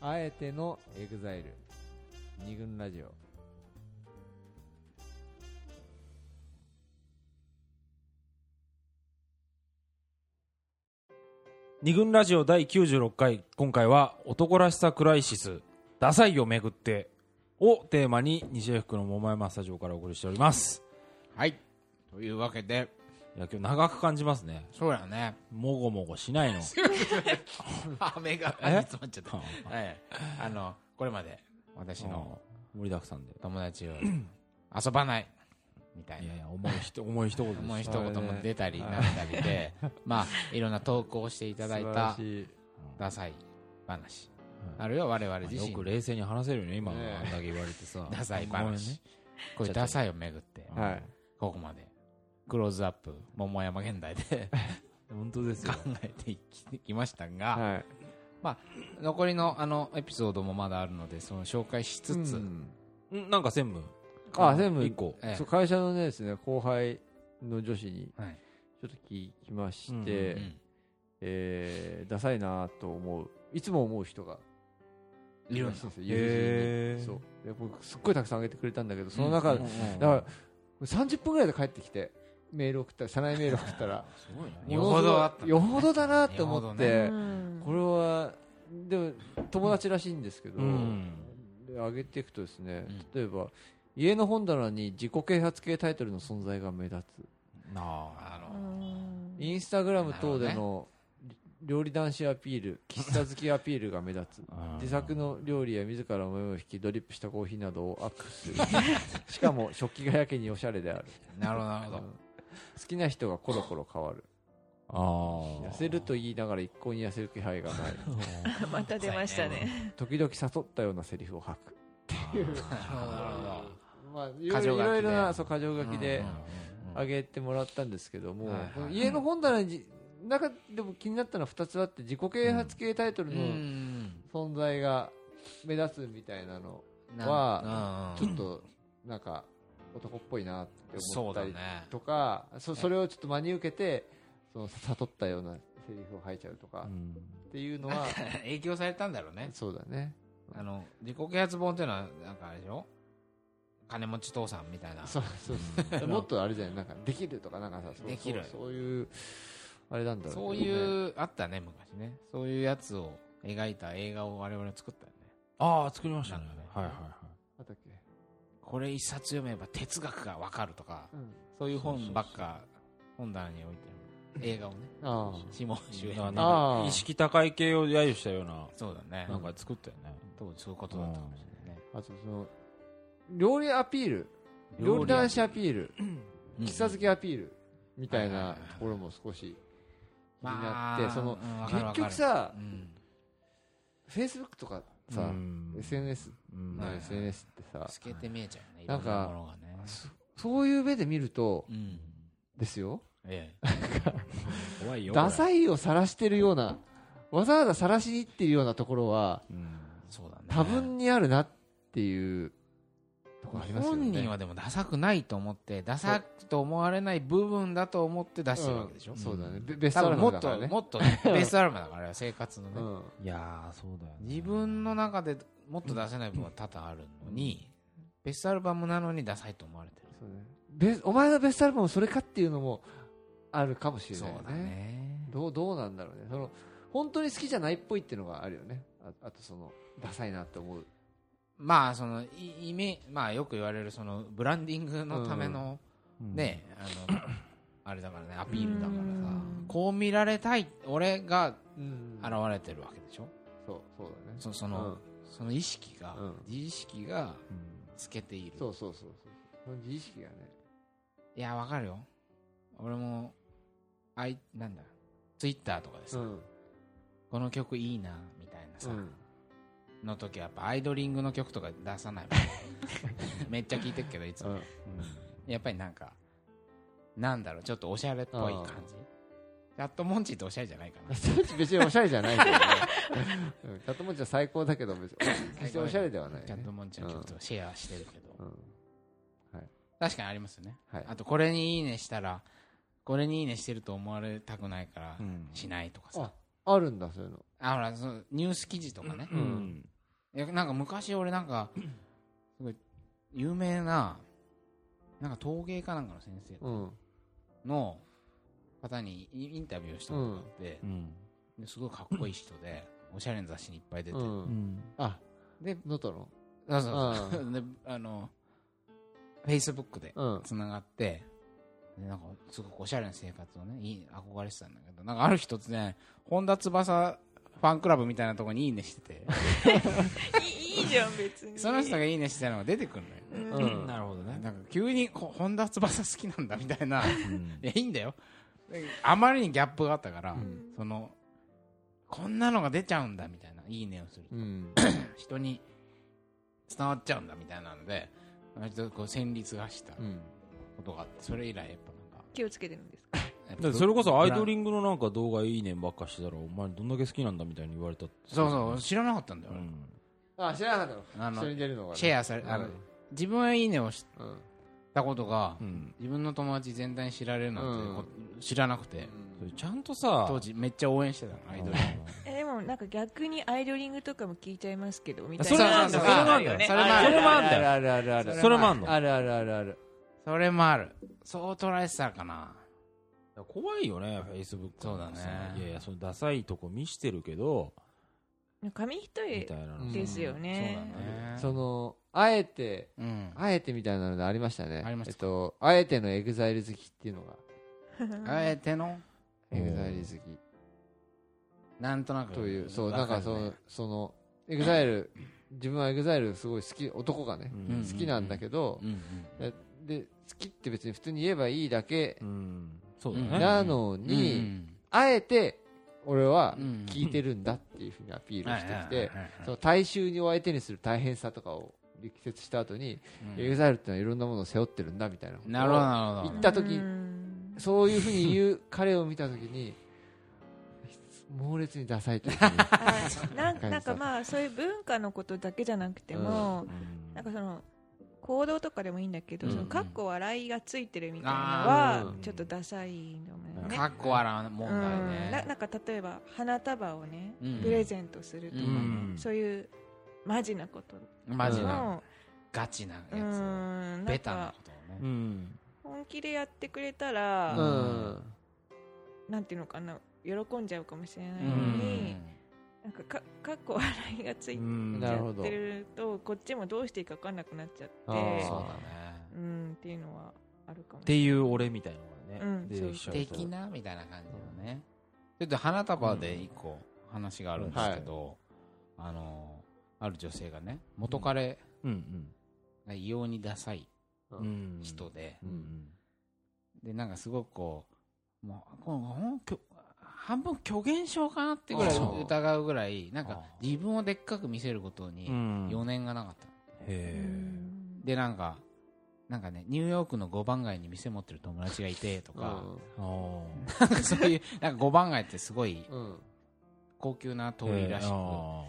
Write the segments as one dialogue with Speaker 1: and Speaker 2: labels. Speaker 1: あえてのエグザイル二軍ラジオ
Speaker 2: 二軍ラジオ第96回今回は「男らしさクライシスダサいをめぐって」をテーマに西江福の桃山スタジオからお送りしております
Speaker 3: はい。というわけで、
Speaker 2: いや今日長く感じますね
Speaker 3: そうやね。
Speaker 2: もごもごしないの
Speaker 3: 雨が
Speaker 2: え
Speaker 3: 詰まっちゃった。はい。あの、これまで私の
Speaker 2: 盛りだくさんで
Speaker 3: 友達を遊ばないみたい
Speaker 2: いやい
Speaker 3: な。
Speaker 2: や重いひと重い一言です
Speaker 3: もう一言も出たりなったりで、まあ、いろんな投稿をしていただい
Speaker 1: 素晴ら
Speaker 3: た
Speaker 1: しい
Speaker 3: ダサい話。
Speaker 2: うん
Speaker 3: あるいは我々
Speaker 2: まあ
Speaker 3: 自身
Speaker 2: よく冷静に話せるよね今の
Speaker 1: ね
Speaker 2: あんだけ言われてさ
Speaker 3: ダサい
Speaker 2: ごめんね
Speaker 3: 話。こういうダサいをめぐって、
Speaker 1: はい
Speaker 3: ここまで、クローズアップ、桃山現代で
Speaker 2: 本当です
Speaker 3: 考
Speaker 2: よ
Speaker 3: えていきましたが、
Speaker 1: はい
Speaker 3: 残りのあのエピソードもまだあるのでその紹介しつつ、
Speaker 1: うん
Speaker 2: んなんか専務
Speaker 1: あ全部
Speaker 2: 一個
Speaker 3: ええ
Speaker 1: そう会社のねですね後輩の女子に
Speaker 3: はい
Speaker 1: ちょっと聞きまし
Speaker 2: う
Speaker 1: て、
Speaker 3: うん
Speaker 1: えーダサいなと思ういつも思う人が
Speaker 3: いるん
Speaker 1: ら
Speaker 3: だ
Speaker 1: しいんですよ
Speaker 2: へ
Speaker 1: 友人
Speaker 2: ー
Speaker 1: にそうで僕すっごいたくさんあげてくれたんだけどその中、
Speaker 3: うん
Speaker 1: だから30分ぐらいで帰ってきてメール送ったら社内メール送ったら
Speaker 2: すごいね
Speaker 3: よほどあったんだね
Speaker 1: よほどだなって思って、
Speaker 3: よ
Speaker 1: これはでも友達らしいんですけど、
Speaker 2: うん
Speaker 1: で上げていくとですね、
Speaker 3: うん
Speaker 1: 例えば家の本棚に自己啓発系タイトルの存在が目立つ
Speaker 2: なあ
Speaker 3: あの
Speaker 4: う
Speaker 1: インスタグラム等での料理男子アピール喫茶好きアピールが目立 つ
Speaker 2: うん
Speaker 1: 自作の料理や自らの目を引きドリップしたコーヒーなどをアップ するしかも食器がやけにおしゃれである
Speaker 3: なるほどなる
Speaker 1: う
Speaker 3: ほ
Speaker 1: ん
Speaker 3: ど
Speaker 1: 好きな人がコロコロ変わる
Speaker 2: あー
Speaker 1: 痩せると言いながら一向に痩せる気配がない
Speaker 4: んまた出ましたね。
Speaker 1: 時々誘ったようなセリフを吐く
Speaker 3: なるほどなるほど
Speaker 1: まあ、いろ
Speaker 3: 箇
Speaker 1: いろ
Speaker 3: 条書き
Speaker 1: い
Speaker 3: で
Speaker 1: ろいろなそう箇条書きで
Speaker 3: うん
Speaker 1: あげてもらったんですけども、
Speaker 3: はいはい
Speaker 1: この家の本棚に中でも気になったのは2つあって自己啓発系タイトル
Speaker 3: う
Speaker 1: の
Speaker 3: ん
Speaker 1: 存在が目立つみたいなの、
Speaker 3: なん
Speaker 1: は
Speaker 3: うん
Speaker 1: ちょっとなんか男っぽいなって思
Speaker 3: そ
Speaker 1: っ
Speaker 3: うだ
Speaker 1: た
Speaker 3: ね
Speaker 1: りとかそ,、それをちょっと真に受けてその悟ったようなセリフを吐いちゃうとか
Speaker 2: う
Speaker 1: っ
Speaker 2: ん
Speaker 1: ていうのは
Speaker 3: 影響されたんだろうね
Speaker 1: そうだね
Speaker 3: あの自己啓発本っていうのはなんかあれでしょ金持ち父さんみたいな
Speaker 1: そうそうそうもっとあれじゃないなんかできるとかなんかさそう
Speaker 3: できる
Speaker 1: そうそういうあれなんだろう
Speaker 3: そう
Speaker 1: けどね
Speaker 3: いうあったね昔ねそういうやつを描いた映画を我々作ったよね
Speaker 2: ああ作りましたね
Speaker 3: なんかね
Speaker 2: はいはい
Speaker 1: なんだっけ
Speaker 3: これ一冊読めば哲学がわかるとか
Speaker 1: うん
Speaker 3: そういう本ばっか本棚に置いてある映画をね
Speaker 1: ああ
Speaker 3: 下周
Speaker 2: はい
Speaker 3: 辺
Speaker 1: あ
Speaker 3: の
Speaker 2: なんか意識高い系を揶揄したような
Speaker 3: そうだね
Speaker 2: なんか作ったよね
Speaker 3: 当時そういうことだったかもしれないね
Speaker 1: あとその料理アピール料理男子アピール喫茶漬けアピールみたいなところも少し気になってその結局さフェイスブックとかさ、SNS
Speaker 2: うん
Speaker 1: の
Speaker 3: はい
Speaker 1: SNS ってさ、
Speaker 3: 透けて見えちゃうね
Speaker 1: なんか
Speaker 3: いろなものがね
Speaker 1: そそういう目で見ると
Speaker 3: うん
Speaker 1: ですよ
Speaker 3: え
Speaker 2: 怖いよ
Speaker 1: ダ
Speaker 2: い
Speaker 1: サいを晒してるようなわざわざ晒しに行ってるようなところは
Speaker 2: うん
Speaker 3: えそうだね
Speaker 1: 多分にあるなっていうところありますよね
Speaker 3: 本人はでもダサくないと思ってダサくと思われない部分だと思って出してるわけでしょ
Speaker 1: うんそうだねベベス
Speaker 3: 多
Speaker 1: トアル
Speaker 3: 分
Speaker 1: バム
Speaker 3: も
Speaker 1: だ
Speaker 3: っ
Speaker 1: から
Speaker 3: と
Speaker 1: ね
Speaker 3: もっとねベースアルバムだから生活のね
Speaker 1: うん
Speaker 2: いやーそうだよね
Speaker 3: 自分の中でもっと出せない部分は多々あるのに、ベストアルバムなのにダサいと思われてる。
Speaker 1: そうねベお前のベストアルバムそれかっていうのもあるかもしれないよ
Speaker 3: ね。
Speaker 1: どうどうなんだろうねその本当に好きじゃないっぽいっていうのがあるよねああとそのダサいなって思う
Speaker 3: まあ、その、いイメまあ、よく言われる、その、ブランディングのための、
Speaker 2: うん
Speaker 3: ね、あの、あれだからね、アピールだから
Speaker 4: う
Speaker 3: さ
Speaker 4: ん、
Speaker 3: こう見られたい、俺が
Speaker 1: うん
Speaker 3: 現れてるわけでしょ
Speaker 1: そうそうだね
Speaker 3: そその、その意識が、
Speaker 1: うん
Speaker 3: 自意識が
Speaker 2: うん
Speaker 3: つけている。
Speaker 1: そうそうそうそうその自意識がね
Speaker 3: いや、わかるよ。俺も、あい、なんだ、ツイッターとかでさ、
Speaker 1: ん
Speaker 3: この曲いいな、みたいなさ、
Speaker 1: うん
Speaker 3: の時はやっぱアイドリングの曲とか出さないもんめっちゃ聴いてるけどいつもやっぱりなんかなんだろうちょっとおしゃれっぽい感じチャットモンチーっておしゃれじゃないかな
Speaker 1: 別におしゃれじゃないけどねうんキャットモンチは最高だけど別に決しておしゃれではない、ね、
Speaker 3: チャットモンチーの曲とシェアしてるけど、
Speaker 1: うん
Speaker 3: 確かにありますよね、
Speaker 1: はい
Speaker 3: あとこれにいいねしたらこれにいいねしてると思われたくないから
Speaker 2: うん
Speaker 3: しないとかさ、
Speaker 1: ああるんだそういうの
Speaker 3: あほらそのニュース記事とかね、
Speaker 2: うん。
Speaker 3: いやなんか昔俺なんかすごい有名ななんか陶芸かなんかの先生
Speaker 1: うん
Speaker 3: の方にイインタビューしたことがあって
Speaker 2: う、ん。
Speaker 3: ですごいかっこいい人でおしゃれな雑誌にいっぱい出て、
Speaker 1: うん、
Speaker 2: うん。
Speaker 1: あ
Speaker 3: で
Speaker 1: 能登の
Speaker 3: そうそうそうであのフェイスブックで
Speaker 1: うん
Speaker 3: つながって、でなんかすごくおしゃれな生活をねいい憧れてたんだけどなんかある日突然本田翼ファンクラブみたいなところにいいねして て
Speaker 4: いいいじゃん、別に。
Speaker 3: その人がいいねしてたのが出てくる
Speaker 4: う
Speaker 3: のよ
Speaker 4: ん
Speaker 1: う
Speaker 2: なんるほどね。
Speaker 3: なんか急にこ本田翼好きなんだみたいないやいいんだよあまりにギャップがあったから、
Speaker 1: ん
Speaker 3: そのこんなのが出ちゃうんだみたいないいねをする
Speaker 1: うん
Speaker 3: 人に伝わっちゃうんだみたいなので割とこう戦慄がした
Speaker 1: う
Speaker 3: こ
Speaker 1: ん
Speaker 3: とがあってそれ以来やっ
Speaker 4: 気をつけてるんですか
Speaker 3: ぱなんか
Speaker 2: だってそれこそアイド
Speaker 3: ン
Speaker 2: リングのなんか動画いいねばっかしてたらお前どんだけ好きなんだみたいに言われたって
Speaker 3: そうそう知らなかったんだよ、
Speaker 2: ん
Speaker 1: あ知らなかった
Speaker 3: あ
Speaker 1: の人に
Speaker 3: の
Speaker 1: 出るのがね
Speaker 3: シェアされあの、
Speaker 1: うん
Speaker 3: 自分はいいねをし
Speaker 1: うん
Speaker 3: たことが、
Speaker 2: うん
Speaker 3: 自分の友達全体に知られるなんて、こ知らなくて
Speaker 2: それちゃんとさ
Speaker 3: 当時めっちゃ応援してたのアイドリング
Speaker 4: えでもなんか逆にアイドリングとかも聞いちゃいますけどみたいな
Speaker 2: それなんだ
Speaker 3: そう
Speaker 2: よ
Speaker 3: そうそう
Speaker 2: それなんだよそれもあん
Speaker 3: それもある
Speaker 2: だよ
Speaker 1: あるあるあるある
Speaker 2: それもあんの
Speaker 1: あるあるあるある
Speaker 3: それもあるそう捉えてたかな
Speaker 2: 怖いよねフェイスブック
Speaker 3: そうだね
Speaker 2: いやいやそのダサいとこ見してるけど
Speaker 4: 紙一
Speaker 2: み
Speaker 4: 重
Speaker 2: たいなの
Speaker 1: うん
Speaker 4: ですよね、
Speaker 3: そうだね
Speaker 1: そのあえて
Speaker 3: うん
Speaker 1: あえてみたいなのでありましたね
Speaker 3: ありました
Speaker 1: えっとあえてのエグザイル好きっていうのが
Speaker 3: あえての
Speaker 1: エグザイル好き
Speaker 3: なんとなく
Speaker 1: という、そう、な
Speaker 3: わ
Speaker 1: んか
Speaker 3: る
Speaker 1: そ
Speaker 3: ね
Speaker 1: の、その、エグザイル、自分はエグザイルすごい好き、男がね、
Speaker 2: うん
Speaker 1: 好きなんだけど
Speaker 3: う、ん
Speaker 1: えで、好きって別に普通に言えばいいだけ
Speaker 2: うんそう
Speaker 3: うん
Speaker 2: だね
Speaker 1: なの
Speaker 3: うん
Speaker 1: に、あえて、俺は
Speaker 3: うん
Speaker 1: 聞いてるんだっていうふうにアピールしてきて
Speaker 3: はいはいはいはい、
Speaker 1: その大衆にお相手にする大変さとかを力説した後に、エグザイルってのはいろんなものを背負ってるんだみたいな。
Speaker 3: なるほど。なる
Speaker 1: 行
Speaker 3: ほど
Speaker 1: った時
Speaker 4: うん
Speaker 1: そういうふうに言う彼を見た時 に、猛烈にダサいというかね
Speaker 4: はいなんなんかまあそういう文化のことだけじゃなくても、
Speaker 2: うん
Speaker 4: なんかその行動とかでもいいんだけど、
Speaker 1: うん
Speaker 4: そのかっこ笑いがついてるみたいなのは
Speaker 1: あー
Speaker 4: ちょっとダサいのもね
Speaker 3: かっこ笑う問題
Speaker 4: うんな
Speaker 3: ね
Speaker 4: なんか例えば花束をね、
Speaker 3: うん
Speaker 4: プレゼントするとか、
Speaker 2: うん
Speaker 4: そういうマジなこと
Speaker 3: マジな
Speaker 4: の
Speaker 3: ガチな
Speaker 4: う
Speaker 3: や
Speaker 4: ん
Speaker 3: つ
Speaker 4: な
Speaker 3: ベ
Speaker 4: ん
Speaker 3: タな
Speaker 4: か
Speaker 3: こと
Speaker 2: う
Speaker 3: をね
Speaker 2: ん
Speaker 4: 本気でやってくれたら、
Speaker 1: う
Speaker 3: うん
Speaker 1: ん。
Speaker 4: なんていうのかな喜んじゃうかもしれないうのに、
Speaker 3: ん
Speaker 4: なんかかかっこ笑いがついて
Speaker 2: うん
Speaker 1: なるほど
Speaker 4: ってるとこっちもどうしていいか分かんなくなっちゃっ
Speaker 1: あ
Speaker 4: て
Speaker 1: ー
Speaker 3: そう
Speaker 4: うんっていうのはあるかも
Speaker 2: っていう俺みたいなのが
Speaker 4: う
Speaker 2: ね
Speaker 4: ん
Speaker 2: 出てきちゃ
Speaker 3: だ
Speaker 2: う
Speaker 3: ね
Speaker 2: と
Speaker 3: 的なみたいな感じのねちょっと花束で一個話があるんですけどあのある女性がね元彼
Speaker 2: うん
Speaker 3: が異様にダサい
Speaker 2: うんうん
Speaker 3: 人で
Speaker 2: うん
Speaker 3: でなんかすごくこうもうこのほんきょ半分虚言症かなってぐらい
Speaker 1: そう
Speaker 3: 疑うぐらいなん
Speaker 2: あ
Speaker 3: か
Speaker 2: ー
Speaker 3: 自分をでっかく見せること
Speaker 2: う
Speaker 3: に
Speaker 2: ん
Speaker 3: 余念がなかった、
Speaker 4: う
Speaker 2: へ
Speaker 4: ん
Speaker 3: でなんかなんかねニューヨークの5番街に店持ってる友達がいてとか、
Speaker 2: えあ
Speaker 3: なんかそういうなんか5番街ってすごい
Speaker 1: うんうん。
Speaker 3: 高級な
Speaker 2: あ
Speaker 3: 通りらし
Speaker 2: へえ
Speaker 3: く、
Speaker 2: あ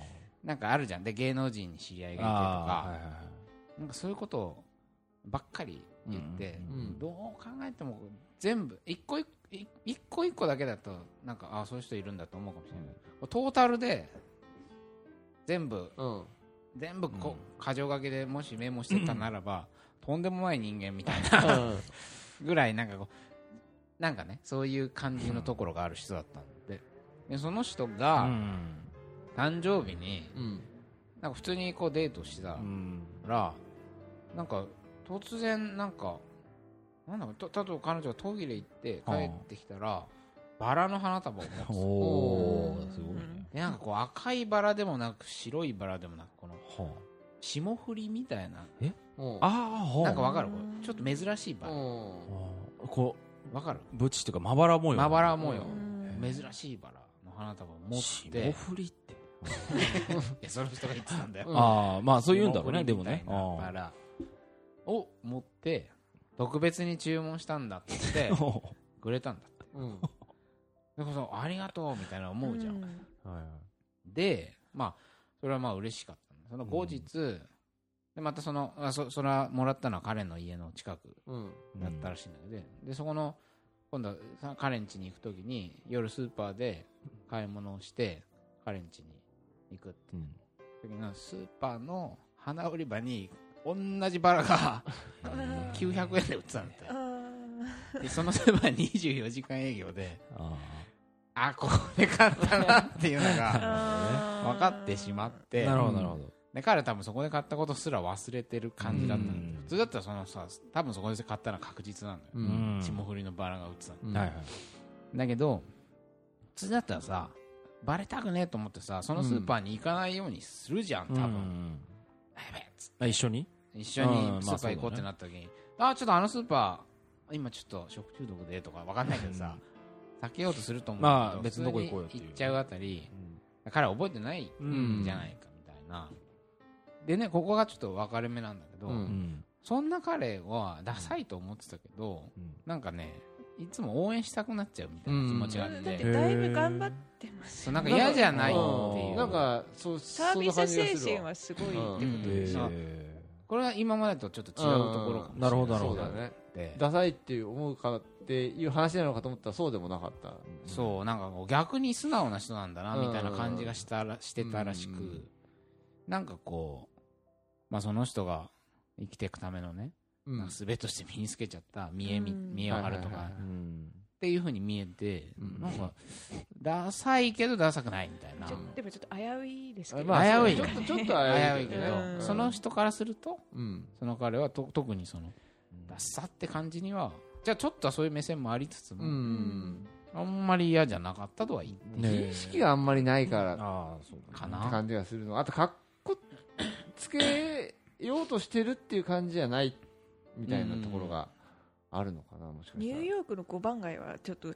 Speaker 3: なんかあるじゃんで芸能人に知り合いがいて
Speaker 2: ー
Speaker 3: とか、
Speaker 2: あーはいはいはい
Speaker 3: なんかそういうことをばっかり言って、
Speaker 1: うんうん
Speaker 3: どう考えても全部一個一個い一個一個だけだとなんかあそういう人いるんだと思うかもしれないけどトータルで全部
Speaker 1: うん。
Speaker 3: 全部こ、
Speaker 2: う
Speaker 3: 過剰書きでもしメモしてたならば、とんでもない人間みたい
Speaker 1: うん
Speaker 3: なぐらいなんかこうなんかねそういう感じのところがある人だったんででその人
Speaker 2: う
Speaker 3: が
Speaker 2: ん
Speaker 3: 誕生日に
Speaker 1: うん。
Speaker 3: なんか普通にこうデートしてたら、
Speaker 2: うん
Speaker 3: らなんか突然なんかなんだろうと例えば彼女がトイレ行って帰ってきたらバラの花束を持ってた
Speaker 2: お
Speaker 4: う
Speaker 2: ー
Speaker 4: ん
Speaker 2: すごいね
Speaker 3: でなんかこう赤いバラでもなく白いバラでもなくこの
Speaker 2: は
Speaker 3: 霜降りみたいな
Speaker 2: あああはあ
Speaker 3: なんかわかる
Speaker 4: うん
Speaker 3: これちょっと珍しいバ
Speaker 1: う
Speaker 3: ラ
Speaker 1: ん。
Speaker 2: あーこ
Speaker 3: わかる
Speaker 2: うブチっていうかまばら模様
Speaker 3: まばら模様
Speaker 4: うん
Speaker 3: 珍しいバラの花束を持っ
Speaker 2: 霜
Speaker 3: て
Speaker 2: 降りって
Speaker 3: いやその人が言ってたんだよ
Speaker 1: うん
Speaker 2: ああまあそういうんだろうねで
Speaker 3: 霜
Speaker 2: も
Speaker 3: 降りみ
Speaker 2: ね
Speaker 3: たいなバラを持って特別に注文したんだって言 って
Speaker 2: あ
Speaker 3: くれたんだ
Speaker 1: うん。
Speaker 3: だからそうありがとうみたいな思うじゃん、
Speaker 4: ん
Speaker 2: あ はいはい
Speaker 3: でまあそれはまあ嬉しかったのその後日、でまたそのあそそれはもらったのは彼の家の近く
Speaker 1: うん。
Speaker 3: だったらしいんだけど、でそこの今度さ彼ん家に行くときに夜スーパーで買い物をして彼ん家に行くって
Speaker 1: うん
Speaker 3: 時のスーパーの花売り場に同じバラ が900円で売ってたんだ
Speaker 4: あ
Speaker 3: よでそのスーパー24時間営業で
Speaker 2: あ
Speaker 3: あこれ買ったなっていうの
Speaker 4: ー
Speaker 3: が
Speaker 4: あー
Speaker 3: 分かってしまっ
Speaker 2: ー
Speaker 3: て
Speaker 2: なるほどなるほ
Speaker 3: で彼は多分そこで買ったことすら忘れてる感じだったんだよ
Speaker 2: うん
Speaker 3: 普通だったらそのさ多分そこで買ったのは確実なのよ、
Speaker 1: う
Speaker 2: ど
Speaker 1: ん
Speaker 3: 霜降りのバラが売ってたの
Speaker 1: うん
Speaker 2: はいはい
Speaker 3: だけど普通だったらさバレたくねえと思ってさそのスーパーに行かないようにするじゃん、多
Speaker 2: う
Speaker 3: 分
Speaker 2: ん
Speaker 3: あやべえっつって
Speaker 2: あ一緒に
Speaker 3: 一緒にスーパー行こう
Speaker 2: うんまあそうだね
Speaker 3: ってなった時に、あちょっとあのスーパー今ちょっと食中毒でとかわかんないけどさ避けようとすると思うけど、
Speaker 2: まあ別のとこ行こうよっ
Speaker 3: 普
Speaker 2: て
Speaker 3: 通
Speaker 2: いう
Speaker 3: に行っちゃうあたり彼は覚えてないんじゃないかみたいな、でねここがちょっと分かれ目なんだけど、
Speaker 1: うん
Speaker 2: うん
Speaker 3: そんな彼はダサいと思ってたけど、
Speaker 2: うん
Speaker 3: なんかねいつも応援したくなっちゃうみたいな気持ちがあっ
Speaker 4: うん
Speaker 3: て、
Speaker 4: だってだいぶ頑張ってます
Speaker 3: そうなんか嫌じゃないって
Speaker 1: う
Speaker 3: い
Speaker 1: ん
Speaker 3: う
Speaker 1: なんかそう
Speaker 4: サー
Speaker 1: そん
Speaker 4: ビ
Speaker 1: な感
Speaker 4: ス
Speaker 1: じが
Speaker 4: 精
Speaker 1: する
Speaker 4: 神
Speaker 1: わ
Speaker 4: はすごいって
Speaker 1: うん
Speaker 4: こ
Speaker 3: う
Speaker 4: と
Speaker 3: ん
Speaker 2: え
Speaker 3: そう
Speaker 2: ー
Speaker 3: これは今までとちょっと違うところかもしれない
Speaker 2: うんなるほどなる
Speaker 1: そ
Speaker 2: ほ
Speaker 1: う
Speaker 2: ど
Speaker 1: だね
Speaker 3: で
Speaker 1: ダサいって思うかっていう話なのかと思ったらそうでもなかった
Speaker 3: そうなんかこう逆に素直な人なんだな
Speaker 1: うん
Speaker 3: みたいな感じがしたらしてたらしく、
Speaker 1: うん
Speaker 3: なんかこうまあその人が生きていくためのね、
Speaker 1: う
Speaker 3: なん
Speaker 1: ん
Speaker 3: か術として身につけちゃった見えみ、
Speaker 4: うん
Speaker 3: 見栄を張るとか、
Speaker 1: はいはいはい
Speaker 2: うん
Speaker 3: っていうふうに見えて、
Speaker 1: うん
Speaker 3: なんかダサいけどダサくないみたいな
Speaker 4: ちょでもちょっと危ういですけど、
Speaker 1: まあ
Speaker 3: 危うい
Speaker 1: ちょっとちょっと危
Speaker 3: 危
Speaker 1: う
Speaker 3: う
Speaker 1: い
Speaker 3: い
Speaker 1: け
Speaker 3: けど
Speaker 1: ど、ね
Speaker 4: うん
Speaker 3: その人からすると
Speaker 1: うん
Speaker 3: その彼はと特にそのダッサって感じにはじゃあちょっとはそういう目線もありつつ
Speaker 1: う
Speaker 3: も、
Speaker 1: ん
Speaker 3: あんまり嫌じゃなかったとは言って
Speaker 2: ね
Speaker 1: 美意識があんまりないからっ
Speaker 2: ああそうだ
Speaker 3: か
Speaker 2: ね
Speaker 1: て
Speaker 3: な
Speaker 1: 感じがするのあとかっこつけようとしてるっていう感じじゃないみたいなところがあるのかなもしかし
Speaker 4: ニ
Speaker 1: た
Speaker 4: ュ
Speaker 1: ら
Speaker 4: ーヨークの5番街はちょっとど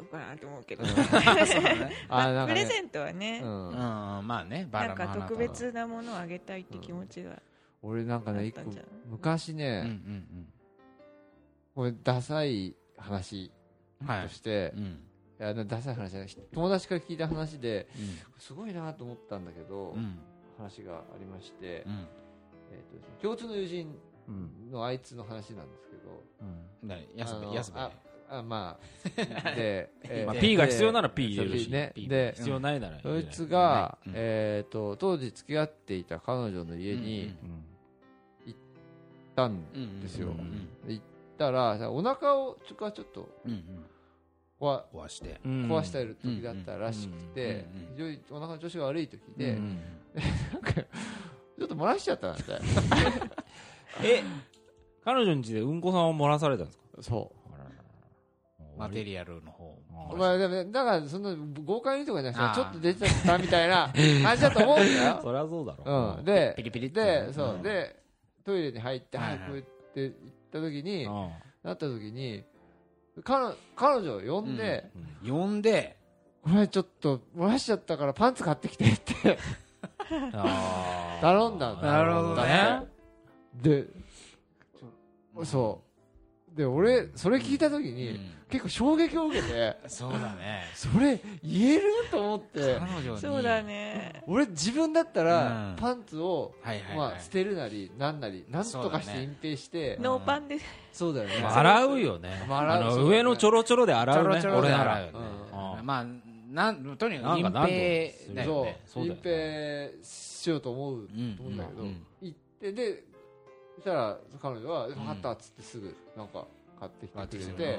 Speaker 4: うかなと思うけど、
Speaker 3: そうだね
Speaker 1: あなんか
Speaker 4: プレ
Speaker 1: ね
Speaker 4: ゼントはね、
Speaker 1: うん
Speaker 3: うんまあねバラ
Speaker 4: なん
Speaker 3: の花
Speaker 4: か
Speaker 3: 束
Speaker 4: 特別なものをあげたいって気持ちが、
Speaker 1: 俺なんか
Speaker 4: あ
Speaker 1: ね
Speaker 4: っ
Speaker 1: 一
Speaker 4: た
Speaker 1: 個
Speaker 4: んじゃない
Speaker 1: 昔
Speaker 3: うん
Speaker 1: ねこれダサい話
Speaker 3: うんうんは
Speaker 1: と
Speaker 3: い
Speaker 1: して
Speaker 3: うん
Speaker 1: いやダサい話じゃない友達から聞いた話で
Speaker 3: うん
Speaker 1: すごいなと思ったんだけど
Speaker 3: うん
Speaker 1: 話がありまして
Speaker 3: うん
Speaker 1: えーとですね共通の友人
Speaker 2: うん
Speaker 1: のあいつの話なんですけど
Speaker 3: だから安
Speaker 1: あの
Speaker 3: 部安部
Speaker 1: ああまあで、え
Speaker 2: まあ
Speaker 1: で
Speaker 2: P が必要なら P 入れるし
Speaker 1: ね
Speaker 3: ピー
Speaker 1: で
Speaker 2: 必要ないなら
Speaker 1: そ
Speaker 2: 入れ
Speaker 1: い
Speaker 2: ない
Speaker 1: つが、
Speaker 3: うん
Speaker 1: えっ、と当時付き合っていた彼女の家
Speaker 3: うんう
Speaker 1: に
Speaker 2: う
Speaker 3: ん
Speaker 2: ん
Speaker 1: 行ったん
Speaker 3: うんうん
Speaker 1: ですよ
Speaker 3: うん
Speaker 1: 行ったらお腹をちょっと
Speaker 3: うんうん
Speaker 1: 壊
Speaker 3: 壊して
Speaker 2: うん
Speaker 1: 壊したる時だったらしくて
Speaker 3: うんうんうん
Speaker 1: 非常にお腹の調子が悪い時で、
Speaker 2: うん
Speaker 1: なんかちょっと漏らしちゃったんだって
Speaker 2: え彼女ん家でうんこさんを漏らされたんですか
Speaker 1: そ
Speaker 3: マテリアルの方
Speaker 1: う
Speaker 2: 漏
Speaker 1: ま
Speaker 2: ら
Speaker 1: あでもだからそんな豪快にとかじゃなくてちょ
Speaker 3: あー
Speaker 1: っと出ちゃったみたいな感じだと思うんだよ
Speaker 2: そりゃそうだろ
Speaker 1: うん、で
Speaker 3: ピリピリって
Speaker 1: でそう、
Speaker 3: うん
Speaker 1: でトイレに入って、
Speaker 3: は
Speaker 1: はいい、
Speaker 3: はい
Speaker 1: こうやって行った時に、
Speaker 2: うん
Speaker 1: なった時に彼彼女を呼んで、
Speaker 3: 呼んで
Speaker 1: これちょっと漏らしちゃったからパンツ買ってきてって
Speaker 2: あー
Speaker 1: 頼んだんだ
Speaker 2: なるほどね
Speaker 1: でそうで俺それ聞いた時
Speaker 3: う
Speaker 1: に、
Speaker 3: ん
Speaker 1: 結構衝撃を受けて
Speaker 3: そうだね
Speaker 1: それ言えると思って
Speaker 3: 彼女に
Speaker 4: そうだね、
Speaker 1: 俺自分だったら、
Speaker 3: うん
Speaker 1: パンツを、
Speaker 3: はいはい
Speaker 1: ま
Speaker 3: は
Speaker 1: あ、捨
Speaker 3: い
Speaker 1: てるなりなんなりなんとかし
Speaker 3: そう
Speaker 1: て
Speaker 3: だ
Speaker 1: 隠蔽して
Speaker 4: ノーパンで、
Speaker 1: そうだよね
Speaker 2: まあ洗うよね
Speaker 1: まあ洗
Speaker 2: あ
Speaker 1: うそうだ
Speaker 2: の
Speaker 1: ね
Speaker 2: 上のちょろちょろで洗うね
Speaker 3: ちょろちょろ
Speaker 2: 俺
Speaker 3: で
Speaker 2: な
Speaker 3: 洗う
Speaker 2: ら
Speaker 3: よね
Speaker 2: うん
Speaker 3: まあなんとにかく
Speaker 2: な
Speaker 3: 隠
Speaker 2: んか何度も
Speaker 3: 蔽だよね
Speaker 1: そ
Speaker 2: そううだ
Speaker 1: 隠
Speaker 2: よ
Speaker 1: 蔽しようと思う
Speaker 3: うん
Speaker 1: と思うんだけど、
Speaker 3: うん
Speaker 1: 行ってでそしたら彼女は「分かった」っつってすぐなんか買ってきてくれて、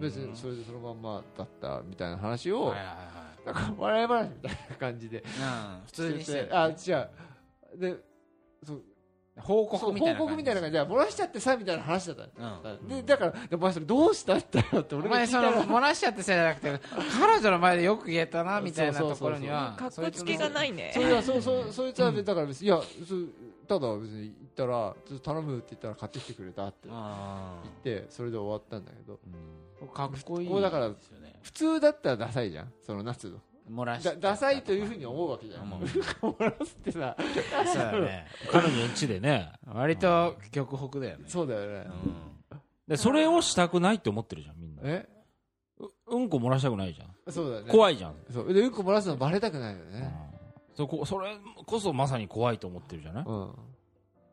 Speaker 1: 別にそれでそのまんまだったみたいな話を、
Speaker 3: はいはいはい
Speaker 1: なんか笑い話みたいな感じで
Speaker 3: うん 普通にしてて
Speaker 1: てあ違うでそう
Speaker 3: 報
Speaker 1: そう
Speaker 3: 告みたい
Speaker 1: 報
Speaker 3: な
Speaker 1: 告みたいな感じで漏らしちゃってさみたいな話だったの
Speaker 3: うん
Speaker 1: でだからでお前それどうしたんだよって
Speaker 3: お
Speaker 1: 俺が聞
Speaker 3: 前
Speaker 1: いた
Speaker 3: そ
Speaker 1: ら
Speaker 3: の漏らしちゃってせいじゃなくて彼女の前でよく言えたなみたいなところには
Speaker 4: かっこつけがないね
Speaker 1: そ。れ はそうそうそいつは別にだから別にいやそうただ別に言ったらちょっと頼むって言ったら買ってきてくれたって言
Speaker 3: あ
Speaker 1: ってそれで終わったんだけど
Speaker 3: ーかっこいい
Speaker 1: こうだから
Speaker 3: ですよね
Speaker 1: 普通だったらダサいじゃんその夏の
Speaker 3: 漏らしちゃ
Speaker 1: だ
Speaker 3: った
Speaker 1: ダサいというふうに思うわけじゃん
Speaker 3: 思う
Speaker 1: 漏らすってさ
Speaker 3: そうだよね
Speaker 2: 彼女ん家でね
Speaker 3: 割と極北だよね
Speaker 1: そうだよね
Speaker 3: う
Speaker 2: でそれをしたくないって思ってるじゃんみんな
Speaker 1: え
Speaker 2: ううんこ漏らしたくないじゃん
Speaker 1: そうだよねい
Speaker 2: 怖いじゃん
Speaker 1: そうでうんこ漏らすのバレたくないよ
Speaker 2: うん
Speaker 1: ね
Speaker 2: そこそれこそまさに怖いと思ってるじゃない
Speaker 1: うん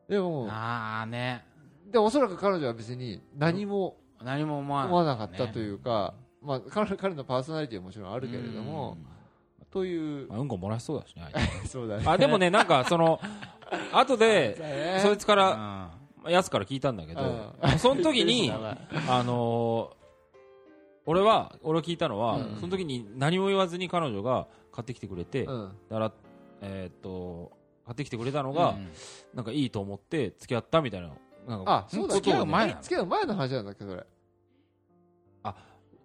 Speaker 1: でも
Speaker 3: んああね
Speaker 1: でおそらく彼女は別に何も
Speaker 3: 何も思わな
Speaker 1: 思わなかったと
Speaker 3: う
Speaker 1: いうか、まあ、彼彼のパーソナリティはもちろんあ
Speaker 3: あ
Speaker 1: るけれども、という
Speaker 2: ま、あうんこ漏らしそうだしねあ い
Speaker 1: そうだ
Speaker 2: つ
Speaker 1: ね。
Speaker 2: あでもねなんかその 後で そいつから
Speaker 3: あ
Speaker 2: やつから聞いたんだけど
Speaker 1: うん
Speaker 2: その時に
Speaker 1: 長い
Speaker 2: あのー俺は俺聞いたのは、
Speaker 1: うん
Speaker 2: その時に何も言わずに彼女が買ってきてくれて、
Speaker 1: うん
Speaker 2: だからえーっと買ってきてくれたのが、なんかいいと思って付き合ったみたいななんか
Speaker 1: あ、そうだ
Speaker 3: 付き合う前なの
Speaker 1: 付き合う前の話なんだっけど、それ。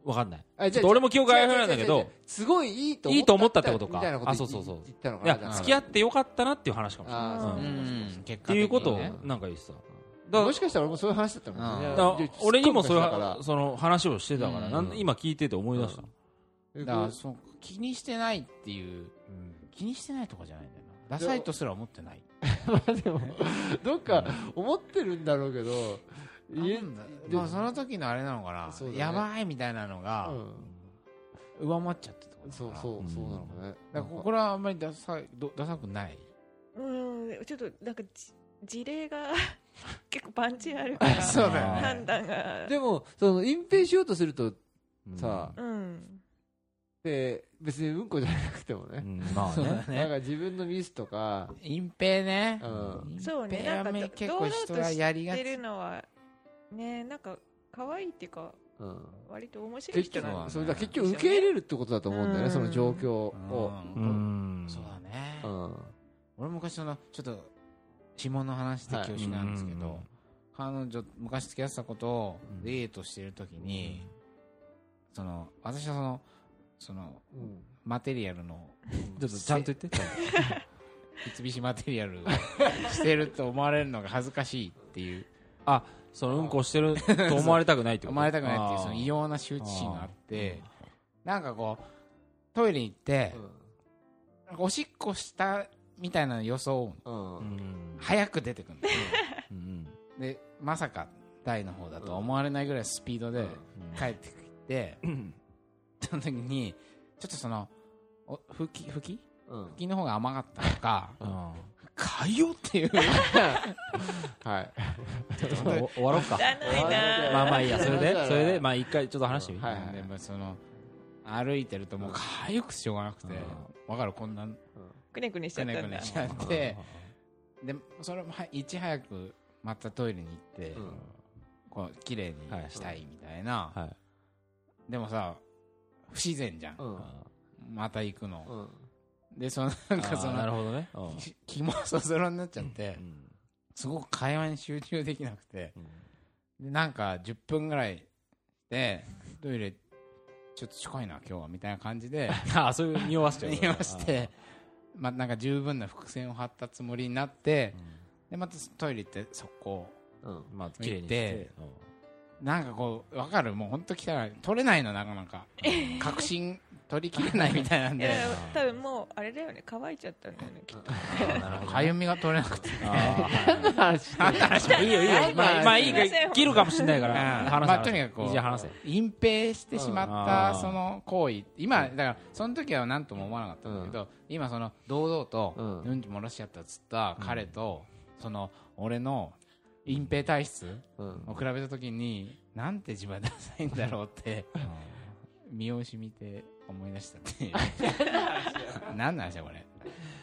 Speaker 2: わかんない
Speaker 1: あ
Speaker 2: ちょっと俺も記憶があやふやなんだけど
Speaker 1: 違う違う違う違うすごいいいと
Speaker 2: いいと思ったってことか
Speaker 1: みたいなこと
Speaker 2: あそうそうそう
Speaker 1: 言ったのか
Speaker 2: い
Speaker 1: な
Speaker 2: や
Speaker 1: だから
Speaker 2: 付き合ってよかったなっていう話かもしれない
Speaker 1: あーそううん
Speaker 3: うん
Speaker 2: っ
Speaker 3: 結果
Speaker 2: て
Speaker 3: 的にね
Speaker 2: いうことを
Speaker 1: ね
Speaker 2: なんか言ってた
Speaker 1: だから
Speaker 2: だ
Speaker 1: もしかしたら俺もそういう話だったかもしれ
Speaker 3: う
Speaker 1: なんいい
Speaker 2: だか
Speaker 1: や
Speaker 2: ら
Speaker 1: いや。
Speaker 2: 俺にもそうい
Speaker 1: 突っ込むか
Speaker 2: うその話をしてたから、なん
Speaker 1: うん
Speaker 2: 今聞いてて思い出した、
Speaker 1: ら
Speaker 3: だからそう気にしてないっていう気にしてないとかじゃないんだよなダサいとすら思ってない
Speaker 1: でもどっか思ってるんだろうけど言え
Speaker 3: なんだ
Speaker 1: で
Speaker 3: まあその時のあれなのかな、
Speaker 1: そうだね
Speaker 3: やばいみたいなのが
Speaker 1: う
Speaker 3: 上回っちゃってってこと
Speaker 1: ん
Speaker 3: かな
Speaker 1: そうそうそうなのかね
Speaker 3: だ
Speaker 1: な
Speaker 3: か
Speaker 1: ん
Speaker 3: ら
Speaker 1: か
Speaker 3: これはあんまりダサいどダサくない
Speaker 4: うんちょっとなんかじ事例が 結構パンチあるから
Speaker 3: そうだよね
Speaker 4: 判断が
Speaker 1: でもその隠蔽しようとすると
Speaker 2: うん
Speaker 1: さ
Speaker 4: うん
Speaker 1: で別にうんこじゃなくても
Speaker 2: う
Speaker 1: ね
Speaker 2: んまあ
Speaker 3: そうだ
Speaker 2: ね
Speaker 1: なんか自分のミスとか
Speaker 3: 隠蔽ね
Speaker 1: うん
Speaker 4: そうね
Speaker 3: 隠蔽は
Speaker 4: なんか
Speaker 3: め
Speaker 4: ど
Speaker 3: 結構人はやりが
Speaker 4: 出
Speaker 3: ち
Speaker 4: るのはねなんか可愛いっていうか
Speaker 1: うん
Speaker 4: 割と面白い
Speaker 1: 結
Speaker 4: 人
Speaker 1: 局
Speaker 4: なん
Speaker 3: は
Speaker 4: で
Speaker 1: それだから結局受け入れるってことだと思うんだよ
Speaker 4: う
Speaker 1: ね
Speaker 4: ん
Speaker 1: その状況
Speaker 3: う
Speaker 1: を
Speaker 2: うんん
Speaker 3: そうだね、
Speaker 1: うん
Speaker 3: 俺昔そのちょっと指紋の話で恐縮なんですけど、
Speaker 2: はい
Speaker 3: 彼女昔付き合ってたことを
Speaker 2: うん
Speaker 3: デートしてる時に、その私はそのその
Speaker 1: うん
Speaker 3: マテリアルの
Speaker 2: ちょっとちゃんと言ってちゃんと
Speaker 3: 三菱マテリアルをしてると思われるのが恥ずかしいっていう
Speaker 2: そのうんこしてると思われたくないってこと
Speaker 3: 思われたくないっていうその異
Speaker 2: 様
Speaker 3: 様な羞恥心があってなんかこうトイレに行ってなんかおしっこしたみたいなの装う
Speaker 1: うんうん
Speaker 3: 早く出てくるんだよ
Speaker 2: うん
Speaker 3: でまさか台の方だとは思われないぐらいスピードで帰ってきて、その時にちょっとそのお拭き拭き
Speaker 1: うん
Speaker 3: 拭きの方が甘かったのか
Speaker 2: あ
Speaker 3: 「かよ」っていう
Speaker 1: はい
Speaker 2: ー 終わ終わろうか
Speaker 4: いらないな
Speaker 2: まあまあいいやそれ
Speaker 1: だか
Speaker 2: で
Speaker 1: ら
Speaker 2: それでまあ一回ちょっと話してみて
Speaker 1: はいはい
Speaker 3: でもその歩いてるともうかゆくしょうがなくてわかるこんな
Speaker 4: くねくねしち
Speaker 3: く
Speaker 4: ゃった
Speaker 3: ねく
Speaker 4: んだ
Speaker 3: ねしちゃってでそれもはいち早くまたトイレに行って
Speaker 1: うん
Speaker 3: こう綺麗にしたいみたいな
Speaker 2: はい
Speaker 3: でもさ不自然じゃん
Speaker 1: うん
Speaker 3: また行くの
Speaker 1: うん
Speaker 3: でその なんかそ
Speaker 2: あーなる
Speaker 3: の
Speaker 2: ほどねうん
Speaker 3: き気もそぞろになっちゃって
Speaker 2: うん
Speaker 3: すごく会話に集中できなくて
Speaker 2: うん
Speaker 3: でなんか10分ぐらいでトイレちょっと近いな今日はみたいな感 じで
Speaker 2: あーそういう匂わせちゃう
Speaker 3: 言いまして、まあ、なんか十分な伏線を張ったつもりになって、でまたトイレ行って速攻
Speaker 1: うん
Speaker 2: まあ綺麗にして
Speaker 3: なんかこうわかるもう本当汚い取れないのなか なか確信取りきれないみたいなん
Speaker 4: い
Speaker 3: で
Speaker 4: や多分もうあれだよね乾いちゃったんだよねきっと
Speaker 3: かゆみが取れなくて
Speaker 2: いいよいいよまあまあいい
Speaker 4: すいませ
Speaker 2: か
Speaker 4: ん
Speaker 2: 切るかもしれないから話せ
Speaker 3: まあとにかくこ
Speaker 2: いういじゃん話せ
Speaker 3: 隠蔽してしまっ
Speaker 2: うん
Speaker 3: たその行為今だからその時は何とも思わなかったんだけど、今その堂々と
Speaker 1: うん
Speaker 3: うんち漏らしちゃったっつった彼と、その俺の隠蔽体質、
Speaker 1: うん
Speaker 3: を比べた時になんて自分はダサいんだろうって身をしみて思い出したっていう何なんでしょこれ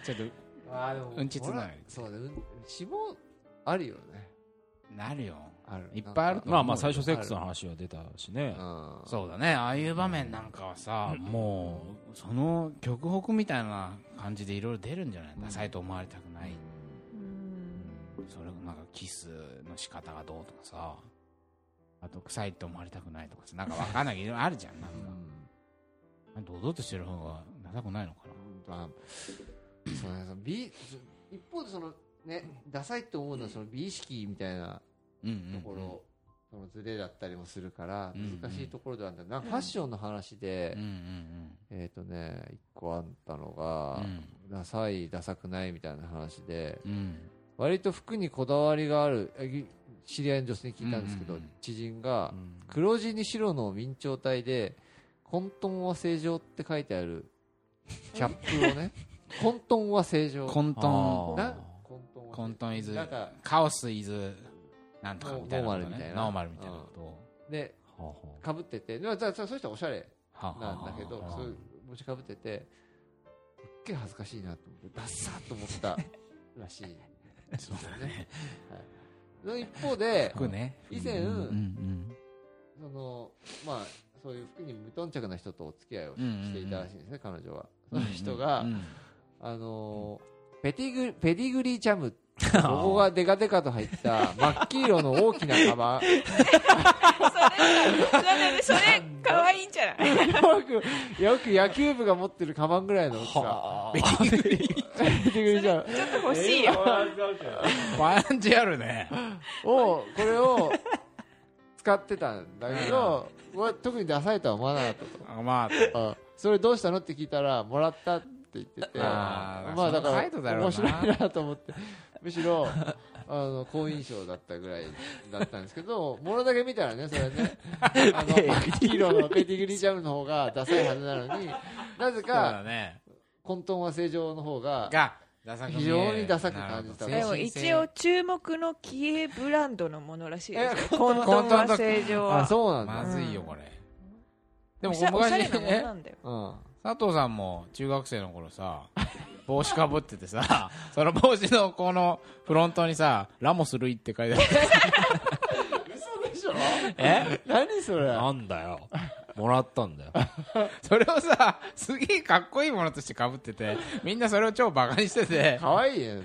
Speaker 3: ちょっと
Speaker 1: あーでも
Speaker 3: うんちつながり
Speaker 1: そうねうん脂肪あるよね
Speaker 3: なるよ
Speaker 1: ある
Speaker 3: いっぱいあると思う
Speaker 2: まあまあ最初セックスの話は出たしね
Speaker 1: うん
Speaker 3: そうだねああいう場面なんかはさ、もうその極北みたいな感じでいろいろ出るんじゃないダサいと思われたくない、
Speaker 4: うん
Speaker 3: それなんかキスの仕方がどうとかさあと臭いと思われたくないとかさなんかわかんないけど いろいろあるじゃんなんか堂々としてる方がダサくないのかな
Speaker 1: まあそうねその美一方でそのねダサいと思うのはその美意識みたいな
Speaker 3: うんうん
Speaker 1: ところそのズレだったりもするから
Speaker 3: うん
Speaker 1: 難しいところではあるんだけどなんかファッションの話で
Speaker 3: うんうん
Speaker 1: えっとね一個あったの
Speaker 3: う
Speaker 1: が
Speaker 3: ん
Speaker 1: ダサいダサくないみたいな話で
Speaker 3: うんうん
Speaker 1: 割と服にこだわりがあるえぎ知り合いの女性に聞いたんですけど
Speaker 3: うんうんうん
Speaker 1: 知人が黒地に白の明朝体で混沌は正常って書いてあるキャップを ね混沌は正常
Speaker 3: 混沌
Speaker 1: な混沌は
Speaker 3: 混沌イズ
Speaker 1: なんか
Speaker 3: カオスイズなんとかみたいなこと
Speaker 1: ノーマルみた
Speaker 3: ね
Speaker 1: いな
Speaker 3: ノーマルみたいなことを
Speaker 1: で
Speaker 2: あはあ
Speaker 1: かぶっててでもだからそういう人はおしゃれ
Speaker 2: はあはあ
Speaker 1: なんだけど
Speaker 2: はあ
Speaker 1: そういう帽子かぶっててすっげえ恥ずかしいなと思ってダッサーと思ったらしい ですよね。はい、の一方で
Speaker 3: 服ね
Speaker 1: 以前
Speaker 3: うんうん
Speaker 1: そのまあそういう服に無頓着な人とお付き合いをし
Speaker 3: うんうんうん
Speaker 1: していたらしいんですね彼女は。そ
Speaker 3: うん
Speaker 1: の人が、
Speaker 3: うん
Speaker 1: あのーペティグペディグリージャ ム
Speaker 2: あ
Speaker 1: ロゴがデカデカと入った真っ黄色の大きなカバン
Speaker 4: それだねそれ可愛いんじゃない
Speaker 1: よく、よく野球部が持ってるカバンぐらいの大 きさ。
Speaker 2: はあ
Speaker 1: ペティグリジャム
Speaker 4: ちょっと欲しいよ
Speaker 3: パンチあるね
Speaker 1: を、これを使ってたんだけど、これ特にダサいとは思わなかったと
Speaker 3: あまあ
Speaker 1: あそれどうしたのって聞いたら、もらったって言ってて、
Speaker 3: あー
Speaker 1: まあだ
Speaker 3: その
Speaker 1: か
Speaker 3: 態度だ
Speaker 1: ら、
Speaker 3: ろうな
Speaker 1: 面白いなと思って、むしろ、あの、好印象だったぐらいだったんですけど、ものだけ見たらね、それは ね、あの、真っ黄色のペティグリジャムの方がダサいはずなのに、なぜ
Speaker 3: そうだ
Speaker 1: か、
Speaker 3: ね
Speaker 1: 混沌は正常の方が、
Speaker 3: がダサく見える
Speaker 1: 非常にダサく感じた
Speaker 3: なる
Speaker 4: で
Speaker 3: ほ
Speaker 4: も
Speaker 3: ど
Speaker 4: 一応注目のキエブランドのものらしいです
Speaker 1: え
Speaker 4: よ混
Speaker 3: 混沌
Speaker 4: 沌
Speaker 3: だ
Speaker 4: は正常
Speaker 1: あ、
Speaker 4: は
Speaker 1: そうなんだ
Speaker 3: ま。ずいよこれで
Speaker 4: お
Speaker 3: も
Speaker 4: しゃおしゃれ
Speaker 3: 昔
Speaker 4: なもの
Speaker 3: ね
Speaker 4: なんだよ
Speaker 1: うん。
Speaker 3: 佐藤さんも中学生の頃さ帽子かぶっててさ その帽子のこのフロントにさ「ラモス・ルイ」って書いてある
Speaker 1: 嘘でしょ
Speaker 2: え
Speaker 1: 何それ
Speaker 2: なんだよもらったんだよ
Speaker 3: それをさすげえかっこいいものとしてかぶっててみんなそれを超バカにしてて
Speaker 1: かわいいね。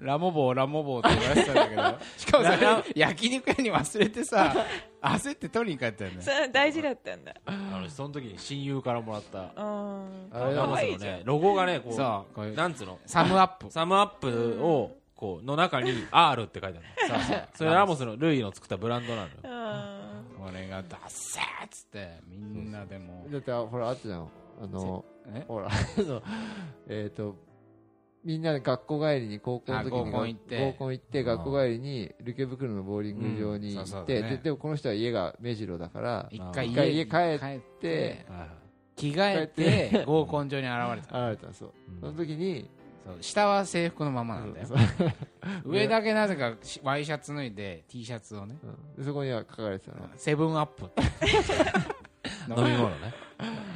Speaker 3: ラモボーラモボーって言われてたんだけどしかもそれ焼肉屋に忘れてさ焦って取りに帰ったよね
Speaker 4: それ大事だったんだ
Speaker 2: あのその時に親友からもらった
Speaker 4: うん
Speaker 1: あれ
Speaker 4: 可
Speaker 1: だ
Speaker 4: 愛いじゃん
Speaker 2: ねロゴがねこ
Speaker 3: そうこういう
Speaker 2: なんつうの
Speaker 3: サムアップ
Speaker 2: サムアップをこうの中に R って書いてあるのそれラモスのルイの作ったブランドなのよ
Speaker 4: うん
Speaker 3: これがダッサーっつってみんなでも
Speaker 1: だって、あほら、あったじゃん。あの、
Speaker 3: え
Speaker 1: ほら、あの、えっと、みんなで学校帰りに高校の時に
Speaker 3: あ合コン行って
Speaker 1: 合コン行って学校帰りにルケ袋のボーリング場に
Speaker 3: うんそ
Speaker 1: 行っ
Speaker 3: うそう
Speaker 1: て
Speaker 3: だね
Speaker 1: ででもこの人は家が目白だから
Speaker 3: 一回
Speaker 1: 一回家帰って
Speaker 3: 帰
Speaker 2: はい
Speaker 3: 着替えて合コン場に現れた
Speaker 1: あれたそう
Speaker 2: うん
Speaker 1: その時に
Speaker 3: そう下は制服のままなんだよ
Speaker 1: そうそう
Speaker 3: 上だけなぜかしワイシャツ脱いで T シャツをね
Speaker 1: うんでそこには書かれてたの
Speaker 3: セブンアップ って
Speaker 2: 飲み物ね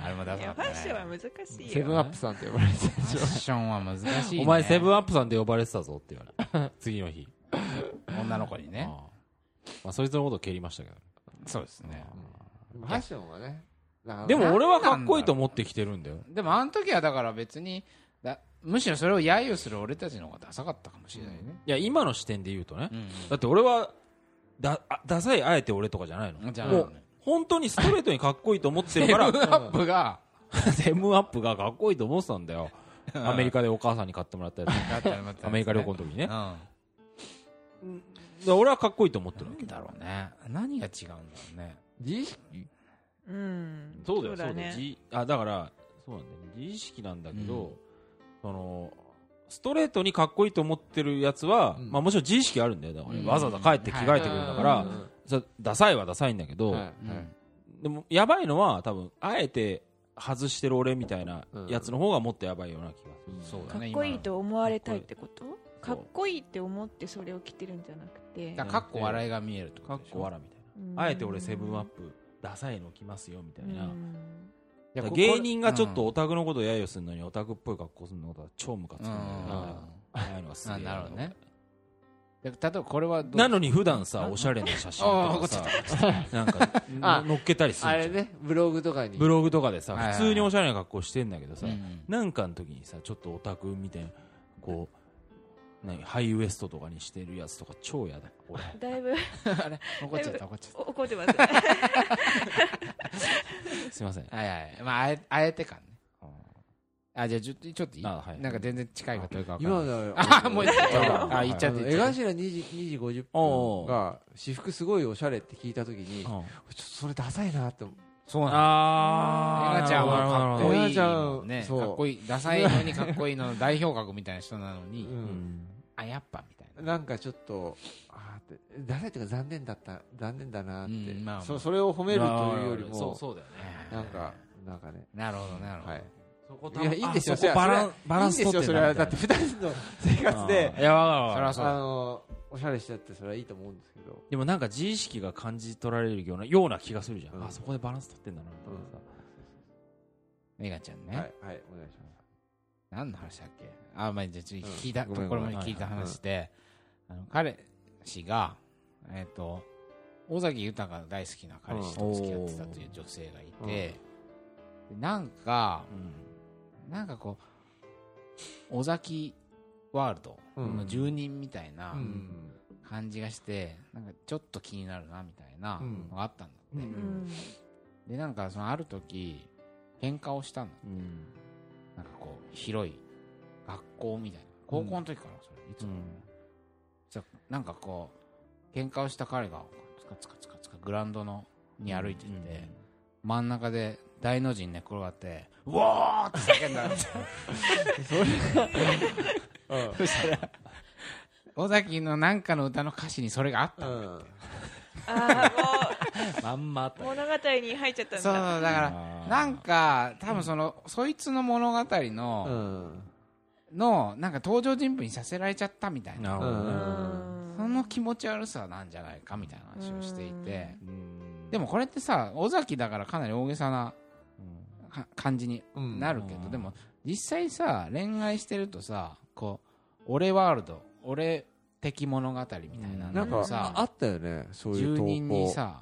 Speaker 3: あれもダ
Speaker 4: い
Speaker 3: サか
Speaker 4: や
Speaker 3: っ
Speaker 4: フ
Speaker 3: た
Speaker 4: ァッションは
Speaker 3: ね
Speaker 4: 難しい
Speaker 1: セ
Speaker 4: よ
Speaker 1: ブンアップさんって呼ばれてた
Speaker 3: ファッションは難しい
Speaker 2: お
Speaker 3: ね
Speaker 2: 前セブンアップさんで呼ばれてたぞって言われ て次の日
Speaker 3: 女の子に
Speaker 2: ああ
Speaker 3: ね
Speaker 2: まあそいつのことを蹴りましたけど
Speaker 3: そうですね
Speaker 1: でもファッションはねなかなか
Speaker 2: でも俺はかっこいいと思ってきてるんだよ
Speaker 3: でもあの時はだから別にだむしろそれを揶揄する俺たちの方がダサかったかもしれないね
Speaker 2: いや今の視点で言うとね
Speaker 3: うん
Speaker 2: だって俺はだあダサいあえて俺とかじゃないの
Speaker 3: じゃ
Speaker 2: も
Speaker 3: あ
Speaker 2: う本当にストレートにかっこいいと思ってる
Speaker 3: セブ
Speaker 2: か
Speaker 3: ンア
Speaker 2: ら
Speaker 3: ップが
Speaker 2: セブンアップがかっこいいと思ってたんだよアメリカでお母さんに買ってもらったや つ
Speaker 3: だったらまた
Speaker 2: アメリカ旅行の時に
Speaker 3: う
Speaker 2: ね
Speaker 3: んな
Speaker 2: だから俺はかっこいいと思ってるわけ
Speaker 3: んだろうね何が違うんだろうね
Speaker 1: 自意識
Speaker 4: うん
Speaker 2: そうだよ、そうだよ、
Speaker 4: ね
Speaker 2: じあだから、そうなんだよね、自意識なんだけど、
Speaker 3: うん
Speaker 2: そのストレートにかっこいいと思ってるやつは、
Speaker 1: うん
Speaker 2: まあ、もちろん自意識あるんだよ、だから
Speaker 3: うん
Speaker 2: わざわざ帰って着替えてくるんだから、
Speaker 1: うん
Speaker 2: それダサいはダサいんだけど、
Speaker 1: はいはい
Speaker 3: ん
Speaker 2: でもやばいのは、多分あえて外してる俺みたいなやつの方がもっとやばいような気がする。
Speaker 3: そうだ
Speaker 4: か
Speaker 3: ね
Speaker 4: っこいいと思われたいってこと
Speaker 2: か
Speaker 4: か
Speaker 2: っ
Speaker 4: っこいいって思ってそれを着てるんじゃなくて
Speaker 3: だからかっこ笑いが見えるって
Speaker 2: か
Speaker 3: こ
Speaker 2: っ
Speaker 3: とでしょ
Speaker 2: こわらみたい
Speaker 4: うん
Speaker 2: な。あえて俺、セブンアップ、ダサいの着ますよみたいな。
Speaker 4: うん
Speaker 3: いや
Speaker 2: だから
Speaker 3: こ
Speaker 2: 芸人がちょっと
Speaker 3: うん
Speaker 2: オタクのことを揶揄するのにオタクっぽい格好するのが超ムカつくんだよね
Speaker 3: うん
Speaker 2: ああいうのがすげえ
Speaker 3: あなるほどねで例えばこれはどう
Speaker 2: なのに普段さおしゃれな写真
Speaker 3: ああ
Speaker 2: とかさなんか
Speaker 1: あ
Speaker 2: 乗っけたりす
Speaker 1: あ
Speaker 2: る
Speaker 1: れ
Speaker 2: じゃん
Speaker 1: ねブログとかに
Speaker 2: ブログとかでさ
Speaker 3: はいはい
Speaker 2: 普通におしゃれな格好してんだけどさ
Speaker 3: うん
Speaker 2: なんかの時にさちょっとオタクみたいなこう何ハイウエストとかにしてるやつとか超やだ俺
Speaker 4: だ いぶ
Speaker 3: 怒っちゃった怒っちゃっ
Speaker 4: お怒ってますね
Speaker 2: すいません
Speaker 3: たはいはいまああえあえて感ねあじゃあちょっとちょっといい
Speaker 2: あはい
Speaker 3: なんか全然近いこというか分かん
Speaker 1: 今
Speaker 3: ない
Speaker 1: の
Speaker 3: あもう言っちゃったあ言っちゃ
Speaker 1: あ
Speaker 3: っ
Speaker 1: の
Speaker 3: て
Speaker 1: 江
Speaker 3: 言っちゃっ
Speaker 1: 頭2時 ,2 時50
Speaker 2: おうおう
Speaker 1: 分が私服すごいおしゃれって聞いた時にちょっ
Speaker 2: あ
Speaker 1: とそれダサいなって思う
Speaker 3: そうなんだ
Speaker 2: あ
Speaker 3: エガちゃんはかっこ
Speaker 1: なるほど
Speaker 3: いい
Speaker 1: エガちゃん
Speaker 3: ね
Speaker 1: そう
Speaker 3: かっこいいダサいのにかっこいいの代表格みたいな人なのに
Speaker 1: うん
Speaker 3: あやっぱみたいな
Speaker 1: なんかちょっとあーってダサいっていうか残念だった残念だなって、
Speaker 3: うんまあまあ
Speaker 1: そそれを褒めるというよりも
Speaker 2: そうだよね
Speaker 1: なんかなんかね
Speaker 3: なるほどなるほ
Speaker 1: は
Speaker 3: ど
Speaker 1: い
Speaker 2: そこ
Speaker 1: いやいいんですよ
Speaker 2: そこバラ
Speaker 1: それ
Speaker 2: ンバランス
Speaker 1: いいん
Speaker 2: 取
Speaker 1: ですよそ
Speaker 2: ってん
Speaker 1: れは
Speaker 2: だ
Speaker 1: だって普段の生活で
Speaker 2: いやわかるわ
Speaker 3: そ
Speaker 2: か
Speaker 3: れ
Speaker 1: あ
Speaker 2: る
Speaker 3: はそうだ
Speaker 1: のおしゃれしちゃってそれはいいと思うんですけど
Speaker 2: でもなんか自意識が感じ取られるようなような気がするじゃん、
Speaker 1: うん
Speaker 2: あそこでバランス取ってんだなみたいなさ、
Speaker 3: メガちゃんね、
Speaker 1: はいはいお願いします
Speaker 3: 何の話だっけあまあじゃあ次聞いた、
Speaker 1: うん
Speaker 3: ところまで聞いた話で、あの彼氏がえっ、と尾崎豊が大好きな彼氏と付き合ってたという女性がいて、でなんかなんかこう尾崎ワールドの住人みたいな
Speaker 1: うん
Speaker 3: 感じがして、なんかちょっと気になるなみたいなのがあったんだって、
Speaker 1: うん
Speaker 4: うん
Speaker 3: でなんかそのある時喧嘩をしたの
Speaker 2: うんうん
Speaker 3: なんかこう広い学校みたいな高校の時からそれ、いつも、じゃなんかこう喧嘩をした彼がつかつかつかつかグラウンドのに歩いてて、真ん中で大の字に寝転がって「うわー!」って叫んだんですよ
Speaker 1: うん
Speaker 3: そしたら尾崎のなんかの歌の歌詞にそれがあったの、
Speaker 1: うん
Speaker 4: あ
Speaker 2: まんまあっ
Speaker 4: あもう物語に入っちゃったん
Speaker 3: そう
Speaker 4: だ
Speaker 3: だからなんか多分その、そいつの物語
Speaker 1: う
Speaker 3: の、
Speaker 1: ん
Speaker 3: のなんか登場人物にさせられちゃったみたいな
Speaker 2: なるほどね、
Speaker 1: う
Speaker 4: うんん
Speaker 3: その気持ち悪さなんじゃないかみたいな話をしていて、
Speaker 2: うん
Speaker 3: でもこれってさ尾崎だからかなり大げさなか感じに
Speaker 1: うん
Speaker 3: なるけど、でも実際さ恋愛してるとさこう俺ワールド俺的物語みたいな
Speaker 1: なん
Speaker 3: の
Speaker 1: か
Speaker 3: をさ、
Speaker 1: あったよねそういう
Speaker 3: 住
Speaker 1: 投
Speaker 3: 人に
Speaker 1: 稿
Speaker 3: さ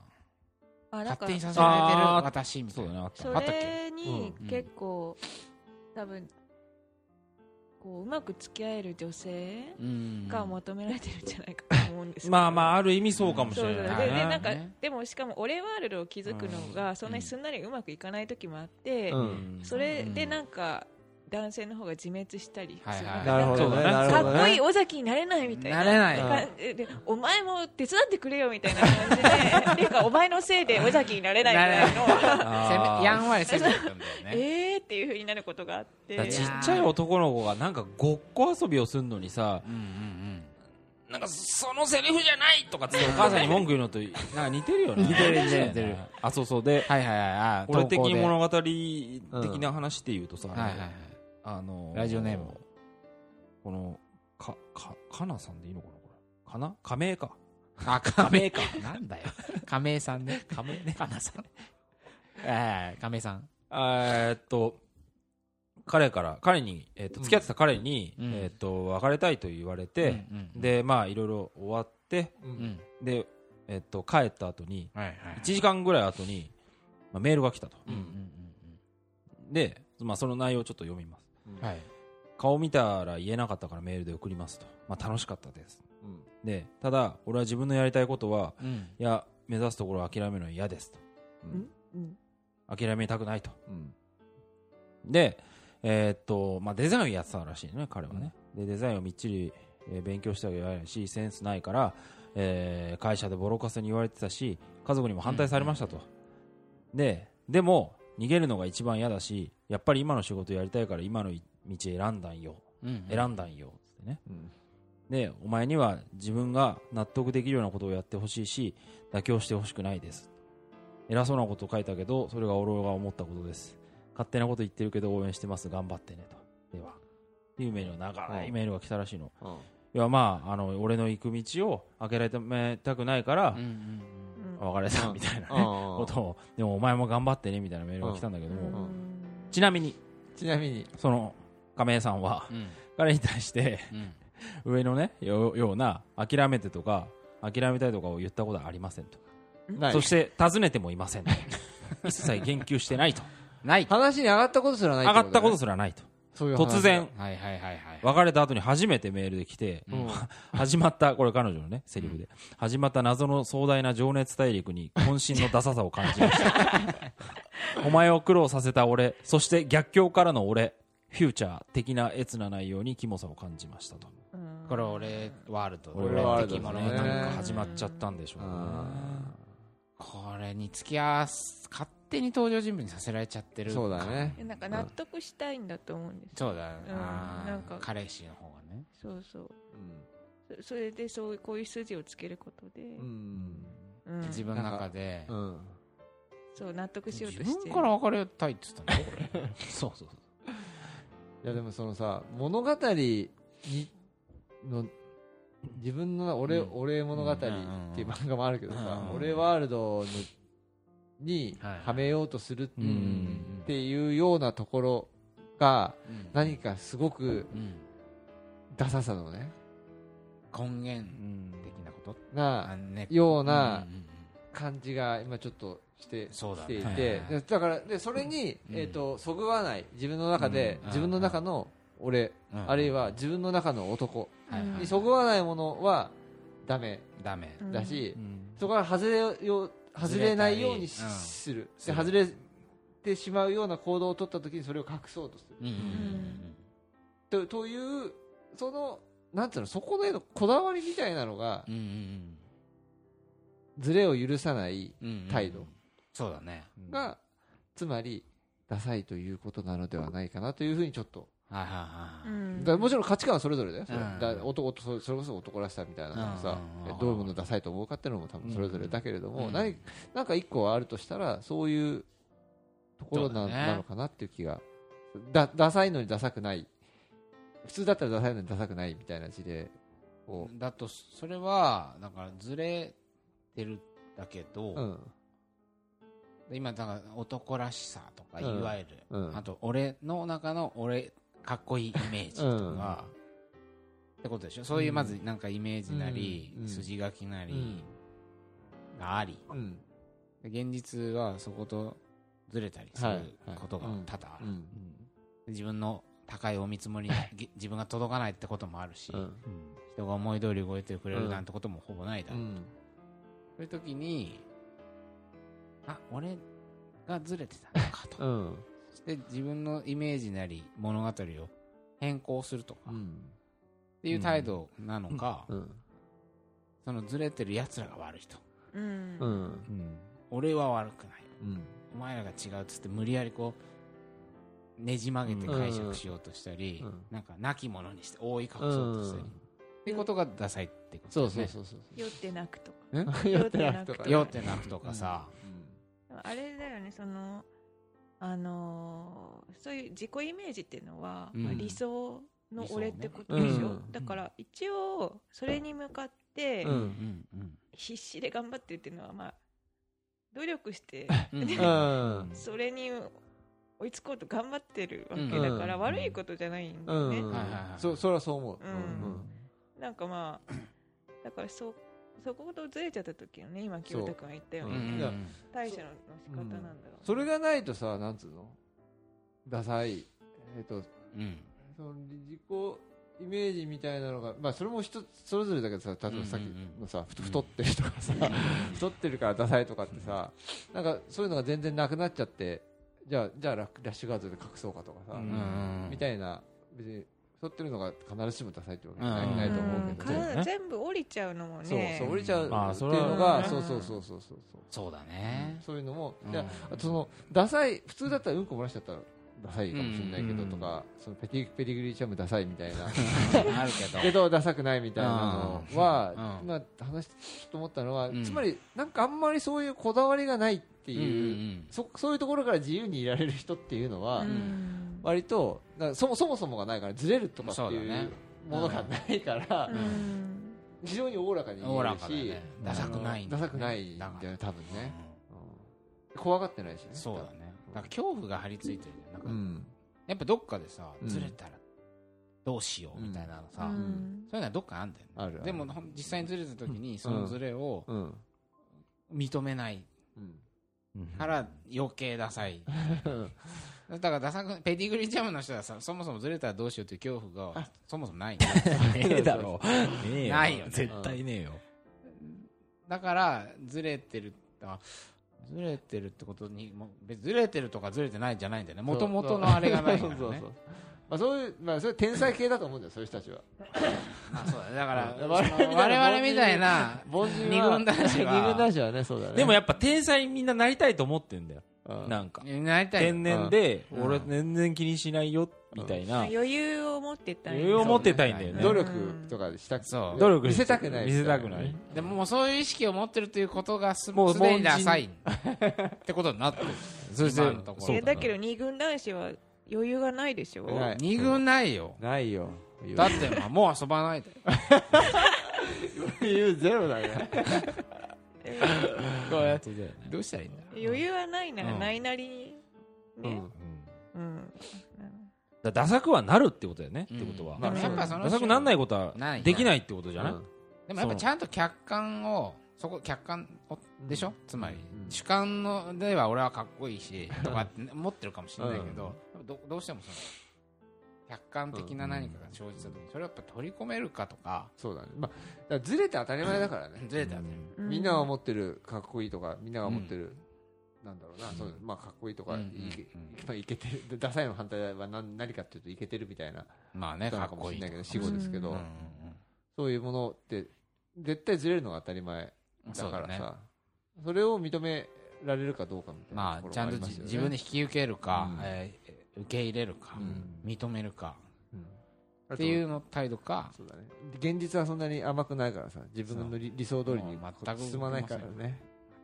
Speaker 4: あなん
Speaker 3: 勝
Speaker 4: か
Speaker 3: 手にさせられてる
Speaker 2: あー
Speaker 3: 私みた
Speaker 2: そう
Speaker 3: い
Speaker 2: だ
Speaker 3: な
Speaker 2: ねあった
Speaker 4: そ
Speaker 2: ね
Speaker 3: あったっけ
Speaker 4: れに
Speaker 3: うん
Speaker 4: 結構多分こううまく付き合える女性
Speaker 3: うん
Speaker 4: が求められてるんじゃないかと思うんですけど
Speaker 2: まあまあある意味そうかもし
Speaker 4: そう
Speaker 2: れ
Speaker 4: そう
Speaker 2: な
Speaker 4: で
Speaker 2: い
Speaker 4: で
Speaker 2: ね
Speaker 4: なんか
Speaker 3: ね
Speaker 4: でもしかも俺ワールドを築くのがそんなにすんなりうまくいかない時もあって、
Speaker 1: うん
Speaker 4: それでなんか男性の方が自滅したりする、
Speaker 3: はいはい
Speaker 1: なるほど
Speaker 2: そうだ
Speaker 1: ね
Speaker 2: ね
Speaker 1: なる
Speaker 4: か
Speaker 1: ほ
Speaker 4: か
Speaker 1: ど
Speaker 4: っ
Speaker 1: ね
Speaker 4: こいい尾崎になれないみたい
Speaker 3: な
Speaker 4: な
Speaker 3: れない
Speaker 4: かでお前も手伝ってくれよみたいな感じでっていうかお前のせいで尾崎になれないみたいなのを
Speaker 3: 攻めやんわり攻めてたんだよね
Speaker 4: えーっていうふうになることがあって
Speaker 2: だからちっちゃい男の子がなんかごっこ遊びをするのにさ
Speaker 3: うんうんうん
Speaker 2: なんかそのセリフじゃないとかっつってお母さんに文句言うのとなんか似てるよね似てる似てるあそうそうで
Speaker 3: はいはいはいあー
Speaker 2: 俺的
Speaker 3: 投稿で
Speaker 2: 物語的な話で言うとさ、
Speaker 3: はいはいはい
Speaker 2: あのー
Speaker 3: ラジオネームを
Speaker 2: このかかかなさんでいいのかなこれかな仮名か
Speaker 3: あ亀かなんだよ亀井さんね亀ね亀さんええ亀井さん
Speaker 2: えーっと彼から彼に、えーっと付き合ってた彼に、
Speaker 3: うん
Speaker 2: えーっと別れたいと言われて、
Speaker 3: うんうん
Speaker 2: でまあいろいろ終わって
Speaker 1: う
Speaker 3: うんん
Speaker 2: で、えーっと帰った後に
Speaker 3: はいはい
Speaker 2: 1時間ぐらい後に、まあ、メールが来たと、
Speaker 3: うんうん
Speaker 2: で、まあ、その内容をちょっと読みます
Speaker 3: うんうんはい
Speaker 2: 顔見たら言えなかったからメールで送りますと、まあ、楽しかったですでただ俺は自分のやりたいことは
Speaker 3: うん
Speaker 2: いや目指すところを諦めるのは嫌ですと
Speaker 4: うん
Speaker 2: 諦めたくないと
Speaker 1: うん
Speaker 2: でえーっと、まあ、デザインをやってたらしいね彼はね、でデザインをみっちり、えー勉強してはないしセンスないから、えー会社でボロカスに言われてたし家族にも反対されましたと、ででも逃げるのが一番嫌だしやっぱり今の仕事やりたいから今の道選んだんよ
Speaker 3: うん
Speaker 2: 選んだんよつってね
Speaker 1: うん
Speaker 2: でお前には自分が納得できるようなことをやってほしいし妥協してほしくないです偉そうなこと書いたけどそれが俺が思ったことです勝手なこと言ってるけど応援してます頑張ってねとではっていうメールの長いメールが来たらしいの
Speaker 1: うん
Speaker 2: いやまああの俺の行く道を諦めたくないから
Speaker 3: うんうん
Speaker 4: うん
Speaker 2: 別れたみたいなね
Speaker 1: うん
Speaker 2: ことをでもお前も頑張ってねみたいなメールが来たんだけど
Speaker 4: う
Speaker 2: も
Speaker 4: ん
Speaker 2: ちなみに
Speaker 1: ちなみに
Speaker 2: その亀井さんは
Speaker 3: うんうん
Speaker 2: 彼に対して
Speaker 3: うん
Speaker 2: 上のねよような諦めてとか諦めたいとかを言ったことはありませんと、
Speaker 1: ない
Speaker 2: そして尋ねてもいませ んと一切言及してないと
Speaker 3: ない
Speaker 1: 話に上がったことすらない
Speaker 2: 上がったこと
Speaker 1: と
Speaker 2: すらないと
Speaker 1: そういう話
Speaker 2: 突然
Speaker 3: はいはいはいはい
Speaker 2: 別れた後に初めてメールで来て、
Speaker 1: うん
Speaker 2: 始まったこれ彼女のねセリフで、始まった謎の壮大な情熱大陸に渾身のダサさを感じました お前を苦労させた俺そして逆境からの俺フューチャー的なエツな内容にキモさを感じましたと
Speaker 3: これ俺ワールド
Speaker 1: 俺ワールド
Speaker 3: 的
Speaker 1: です
Speaker 3: 物
Speaker 1: ね
Speaker 3: 語
Speaker 2: なんか始まっちゃったんでしょうね
Speaker 1: あ
Speaker 3: これに付き合わす勝手に登場人物にさせられちゃってる
Speaker 1: そうだね
Speaker 4: いやなんか納得したいんだと思うんです
Speaker 3: そうだね
Speaker 4: うん
Speaker 3: あー
Speaker 4: なんか
Speaker 3: 彼氏の方がね
Speaker 4: そうそう
Speaker 1: うん
Speaker 4: そそれでそういうこういう筋をつけることで、
Speaker 1: うん
Speaker 4: うん
Speaker 3: 自分の中で
Speaker 1: うん
Speaker 4: そう納得しよう
Speaker 3: 自
Speaker 4: として
Speaker 3: 分から別れたいって言ってたのこ れ
Speaker 2: そうそう
Speaker 1: いやでもそのさ物語にの自分の俺、
Speaker 3: うん
Speaker 1: 俺物語っていう漫画もあるけどさ、俺ワールドのに
Speaker 3: はい
Speaker 1: はめようとするっ
Speaker 2: うん
Speaker 1: ていうようなところが
Speaker 3: うん
Speaker 1: 何かすごく
Speaker 3: うん
Speaker 1: ダサさのね、
Speaker 3: 根源
Speaker 2: うん
Speaker 3: 的なこと
Speaker 1: な
Speaker 3: あね
Speaker 1: ような
Speaker 3: うんうんうん
Speaker 1: 感じが今ちょっとして、
Speaker 3: そうだ
Speaker 1: し
Speaker 3: ね
Speaker 1: てい
Speaker 2: はい
Speaker 1: て
Speaker 3: はいは
Speaker 1: でだからでそれに、
Speaker 3: うん
Speaker 1: えー、とそぐわない自分の中で、
Speaker 3: うん
Speaker 1: 自分の中の俺、
Speaker 3: うん
Speaker 1: あるいは自分の中の男
Speaker 3: はいはい
Speaker 1: にそぐわないものはダメ
Speaker 3: ダメ
Speaker 4: うん
Speaker 1: だし、
Speaker 2: うん
Speaker 1: そこから外れよう外れないようにし
Speaker 3: 外れたりうん
Speaker 1: する、
Speaker 3: す
Speaker 1: で
Speaker 3: る
Speaker 1: 外れてしまうような行動を取った時にそれを隠そうとする
Speaker 3: うんうん
Speaker 1: とというそのなんていうのそこへのこだわりみたいなのが
Speaker 3: うんうんうん
Speaker 1: ズレを許さない
Speaker 3: うんうんうん
Speaker 1: 態度
Speaker 3: そうだね
Speaker 1: がつまりダサいということなのではないかなというふうにちょっと
Speaker 3: はいはい
Speaker 4: うん
Speaker 3: はい
Speaker 1: だからもちろん価値観はそれぞれだよ、それ
Speaker 3: うん
Speaker 1: だ男とそそれこそ男らしさみたいなのもさ、
Speaker 3: うん
Speaker 1: どういうものをダサいと思うかっていうのも多分それぞれだけれども、
Speaker 3: うん
Speaker 1: 何なんか一個はあるとしたらそういうところな,、
Speaker 3: そうだね
Speaker 1: なのかなっていう気がだダサいのにダサくない普通だったらダサいのにダサくないみたいな事例を、
Speaker 3: だとそれはだからずれてるだけど、
Speaker 1: うん
Speaker 3: 今だから男らしさとか、
Speaker 1: うん
Speaker 3: いわゆる、
Speaker 1: うん
Speaker 3: あと俺の中の俺かっこいいイメージとか、ってことでしょそういうまずなんかイメージなり、
Speaker 1: うん
Speaker 3: 筋書きな
Speaker 1: う
Speaker 3: り
Speaker 1: ん
Speaker 3: があり、
Speaker 1: うん
Speaker 3: で現実はそことずれたりす
Speaker 1: はい
Speaker 3: ることが
Speaker 1: はい
Speaker 3: 多々あ
Speaker 1: う
Speaker 3: る、
Speaker 1: ん
Speaker 3: 自分の高いお見積もりにぎ自分が届かないってこともあるし、
Speaker 1: うん
Speaker 3: 人が思い通り動いてくれるなんてこともほぼないだ
Speaker 1: う
Speaker 3: ろう、
Speaker 1: ん
Speaker 3: そういう時にあ俺がずれてたのかと、
Speaker 1: うん
Speaker 3: で自分のイメージなり物語を変更するとか
Speaker 1: う
Speaker 3: っ
Speaker 1: ん
Speaker 3: ていう態度なのか、
Speaker 1: うん
Speaker 3: そのずれてるやつらが悪いと
Speaker 4: うん
Speaker 1: う
Speaker 4: うん
Speaker 1: ん
Speaker 2: うん
Speaker 3: 俺は悪くない
Speaker 1: うん
Speaker 3: お前らが違うっつって無理やりこうねじ曲げて解釈しようとしたり、
Speaker 1: うん
Speaker 3: なんか亡き者にして覆い隠そうとしたり、っていうことがダサいってこと
Speaker 1: そう
Speaker 3: だ
Speaker 1: そう
Speaker 3: よね
Speaker 1: そうそう
Speaker 4: 酔って泣くとか
Speaker 1: え
Speaker 4: 酔ってなく
Speaker 1: と
Speaker 4: と
Speaker 1: か
Speaker 4: か
Speaker 1: ね
Speaker 3: 酔って泣くとかさ、
Speaker 4: あれだよねそのあのーそういう自己イメージっていうのは、
Speaker 3: うん
Speaker 4: まあ理想の俺ってことでし
Speaker 1: 理想
Speaker 4: ょ、
Speaker 1: ねうん
Speaker 4: だから一応それに向かって
Speaker 1: うん
Speaker 3: うん
Speaker 4: 必死で頑張ってっていうのはまあ努力して
Speaker 3: うんうん
Speaker 1: うん
Speaker 4: それに追いつこうと頑張ってるわけだから、
Speaker 1: うん
Speaker 4: 悪いことじゃないんだ
Speaker 1: う
Speaker 4: よね、
Speaker 1: ん
Speaker 3: はいはいはい
Speaker 1: そそれはそう思う
Speaker 4: うんなんかまあだからそそことずれちゃった時のね今清田君が言ったよう
Speaker 3: うん
Speaker 4: に、
Speaker 3: うん
Speaker 1: いや
Speaker 4: 対処の仕方なんだろう、
Speaker 1: それがないとさなんつうのダサいえっ、と
Speaker 3: うん
Speaker 1: その自己イメージみたいなのがまあそれも人それぞれだけどさ例えばさっきのさ、ふ太ってるとかさ太ってるからダサいとかってさなんかそういうのが全然なくなっちゃってじゃあじゃあラッラッシュガードで隠そうかとかさ、
Speaker 2: う
Speaker 3: うんうん
Speaker 1: みたいな別に太ってるのが必ずしもダサいってわけじゃ
Speaker 3: うん
Speaker 1: ないないと思うけど、
Speaker 2: うん
Speaker 4: 体全部降りちゃうのも
Speaker 1: そう
Speaker 4: ね
Speaker 1: そう降りちゃうって
Speaker 2: まあそれ
Speaker 1: いう
Speaker 2: は
Speaker 1: のが、
Speaker 4: ね
Speaker 1: そうそうそうそうそうそう
Speaker 3: そうだね、
Speaker 1: そういうのも、
Speaker 3: うん
Speaker 1: いやあとそのダサい普通だったらうんこ漏らしちゃったらダサいかもしれないけど
Speaker 2: うん
Speaker 1: とか、そのペティペディグリーチャムダサいみたいな
Speaker 3: あるけ ど
Speaker 1: けどダサくないみたいなのは、
Speaker 3: うん
Speaker 1: 今話してちょっと思ったのは、
Speaker 3: うん
Speaker 1: つまりなんかあんまりそういうこだわりがないって
Speaker 3: うん
Speaker 1: いう、
Speaker 3: うん
Speaker 1: そそういうところから自由にいられる人っていうのは、
Speaker 4: うん
Speaker 1: 割とだからそもそもそもがないからずれるとかって
Speaker 3: そう
Speaker 1: い
Speaker 3: だ
Speaker 1: う
Speaker 3: ね
Speaker 1: ものがないから、
Speaker 4: うん
Speaker 1: 非常におおらかに
Speaker 3: お
Speaker 1: 言え
Speaker 3: おら
Speaker 1: る
Speaker 3: か
Speaker 1: し、
Speaker 3: だねダサくないんだ
Speaker 1: ダ
Speaker 3: よね
Speaker 1: サくないんだよ
Speaker 3: だか
Speaker 1: ね多分
Speaker 3: ら
Speaker 1: ね、
Speaker 3: うん
Speaker 1: うん怖がってないしね
Speaker 3: そうだねだから恐怖が張り付いてるじゃんなん
Speaker 1: う
Speaker 3: か
Speaker 1: ん
Speaker 3: やっぱどっかでさ
Speaker 1: うん
Speaker 3: ずれたらどうしようみたいなのさ、
Speaker 4: う
Speaker 3: そうい
Speaker 4: ん
Speaker 3: うのはどっかあんだよね
Speaker 1: あるある
Speaker 3: でもほん実際にずれた時にそのずれを
Speaker 1: うん
Speaker 3: 認めない
Speaker 1: うん
Speaker 3: から余計ダサいだからダサくペディグリージャムの人はさそもそもずれたらどうしようという恐怖がそもそもないんだよ
Speaker 2: ね えだろねえよ
Speaker 3: ないよね
Speaker 2: 絶対ねえよ
Speaker 3: だからずれてるあずれてるってことにも別にずれてるとかずれてないじゃないんだよねもともとのあれがないからね
Speaker 1: そうそうそうまあそういうまあそれ天才系だと思うんだよそういう人たちは
Speaker 3: まあそうだねだから
Speaker 1: うん
Speaker 3: その我々みたいな
Speaker 1: 凡人
Speaker 3: 二軍男子は
Speaker 1: 二軍男子はねそうだね
Speaker 2: でもやっぱ天才にみんななりたいと思ってんだよ
Speaker 1: うん
Speaker 2: なんか
Speaker 3: なりたいよ
Speaker 2: 天然で
Speaker 3: うん
Speaker 2: 俺全然気にしないよみたいな
Speaker 4: 余裕を持ってたい
Speaker 2: 余裕を持ってたいんだよ
Speaker 3: ね
Speaker 1: 努
Speaker 2: ね
Speaker 1: 力とかしたく
Speaker 3: そう
Speaker 2: 努力
Speaker 1: 見せたくない
Speaker 2: 見せたくない
Speaker 3: でももうそういう意識を持ってるということがす
Speaker 2: もう
Speaker 3: すでにダサいってことになってる
Speaker 2: そして
Speaker 3: 今のとこ
Speaker 2: そ
Speaker 4: いうや
Speaker 3: ろ
Speaker 2: だな
Speaker 4: だけど二軍男子は余裕がないでしょ
Speaker 1: ない
Speaker 3: 二軍ないよ
Speaker 1: ないよ
Speaker 3: だってまあもう遊ばないで
Speaker 1: 余裕ゼロだね。
Speaker 3: こうやって
Speaker 2: そうだよね
Speaker 3: どうしたらいいんだろ
Speaker 4: 余裕はないなら
Speaker 2: うん
Speaker 4: ないなりに
Speaker 1: う
Speaker 4: ね
Speaker 1: ん。
Speaker 4: うん
Speaker 2: だダサくはなるってことだよね、
Speaker 3: うん
Speaker 2: ってことは、
Speaker 1: まあ
Speaker 3: でもやっぱその
Speaker 2: ダサくなんないことは
Speaker 3: ない
Speaker 2: できないってことじゃない、
Speaker 3: でもやっぱちゃんと客観をそこ客観をでしょ、つまり、
Speaker 1: うん
Speaker 3: 主観のでは俺はかっこいいしとかってね持ってるかもしれないけど、どどうしてもその客観的な何かが生じた時にそれをやっぱ取り込めるかとか
Speaker 1: そうだね。まあ、だからずれて当たり前だからね。
Speaker 3: ずれたらね、
Speaker 4: うん
Speaker 1: みんなが思ってるかっこいいとか、みんなが思ってる、なんだろうな、そうまあ、かっこいいとか、
Speaker 3: うん
Speaker 1: いけ
Speaker 3: うん
Speaker 1: まあいけてる、でダサいの反対は何何かっていうと、いけてるみたいな、
Speaker 3: まあ
Speaker 1: な
Speaker 3: ねか
Speaker 1: の
Speaker 3: っ
Speaker 1: かも
Speaker 3: こ
Speaker 1: し
Speaker 3: いい
Speaker 1: れ
Speaker 3: と
Speaker 1: な
Speaker 3: か
Speaker 1: いけど、死後ですけ
Speaker 3: うん
Speaker 1: ど
Speaker 3: うん、
Speaker 1: そういうものって、絶対ずれるのが当たり前
Speaker 3: うん
Speaker 1: だから
Speaker 3: そうだね
Speaker 1: さ、それを認められるかどうかみたいな
Speaker 3: ま
Speaker 1: とこ
Speaker 3: あ
Speaker 1: ろ
Speaker 3: ちゃ
Speaker 1: も
Speaker 3: ん
Speaker 1: あ
Speaker 3: と
Speaker 1: ります
Speaker 3: じ
Speaker 1: よね。
Speaker 3: 自分で引き受けるか、
Speaker 1: うん
Speaker 3: えー受け入れるか、
Speaker 1: うん
Speaker 3: 認めるか
Speaker 1: うん
Speaker 3: っていうの態度か
Speaker 1: そうだね。現実はそんなに甘くないからさ、自分の理理想通りに
Speaker 3: もう全く
Speaker 1: 進まないからね。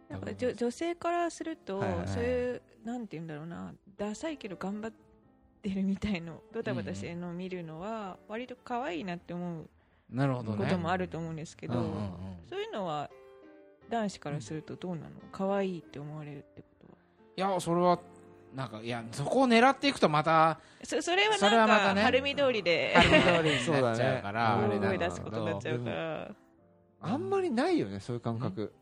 Speaker 4: なんか女女性からすると、
Speaker 1: はいはいはい
Speaker 4: そういうなんて言うんだろうなダサいけど頑張ってるみたいのドタバタしてるのを見るのは割と可愛いなって思う
Speaker 3: なるほどね
Speaker 4: こともあると思うんですけど、
Speaker 3: うんうんうん
Speaker 4: そういうのは男子からするとどうなの可愛いって思われるってことはい
Speaker 3: やそれはなんかいやそこを狙っていくと また
Speaker 4: そそれは
Speaker 3: それはま
Speaker 4: な
Speaker 3: た
Speaker 4: ん
Speaker 3: ね
Speaker 4: か晴海通りで
Speaker 3: ある通りになっちゃうから
Speaker 1: そ
Speaker 3: あ
Speaker 1: う だね
Speaker 3: れな
Speaker 4: 大声
Speaker 3: ん
Speaker 4: 出
Speaker 3: だ
Speaker 4: す
Speaker 3: け
Speaker 4: ことになっ
Speaker 3: ど
Speaker 4: ちゃうから
Speaker 1: あんまりないよね、そういう感覚。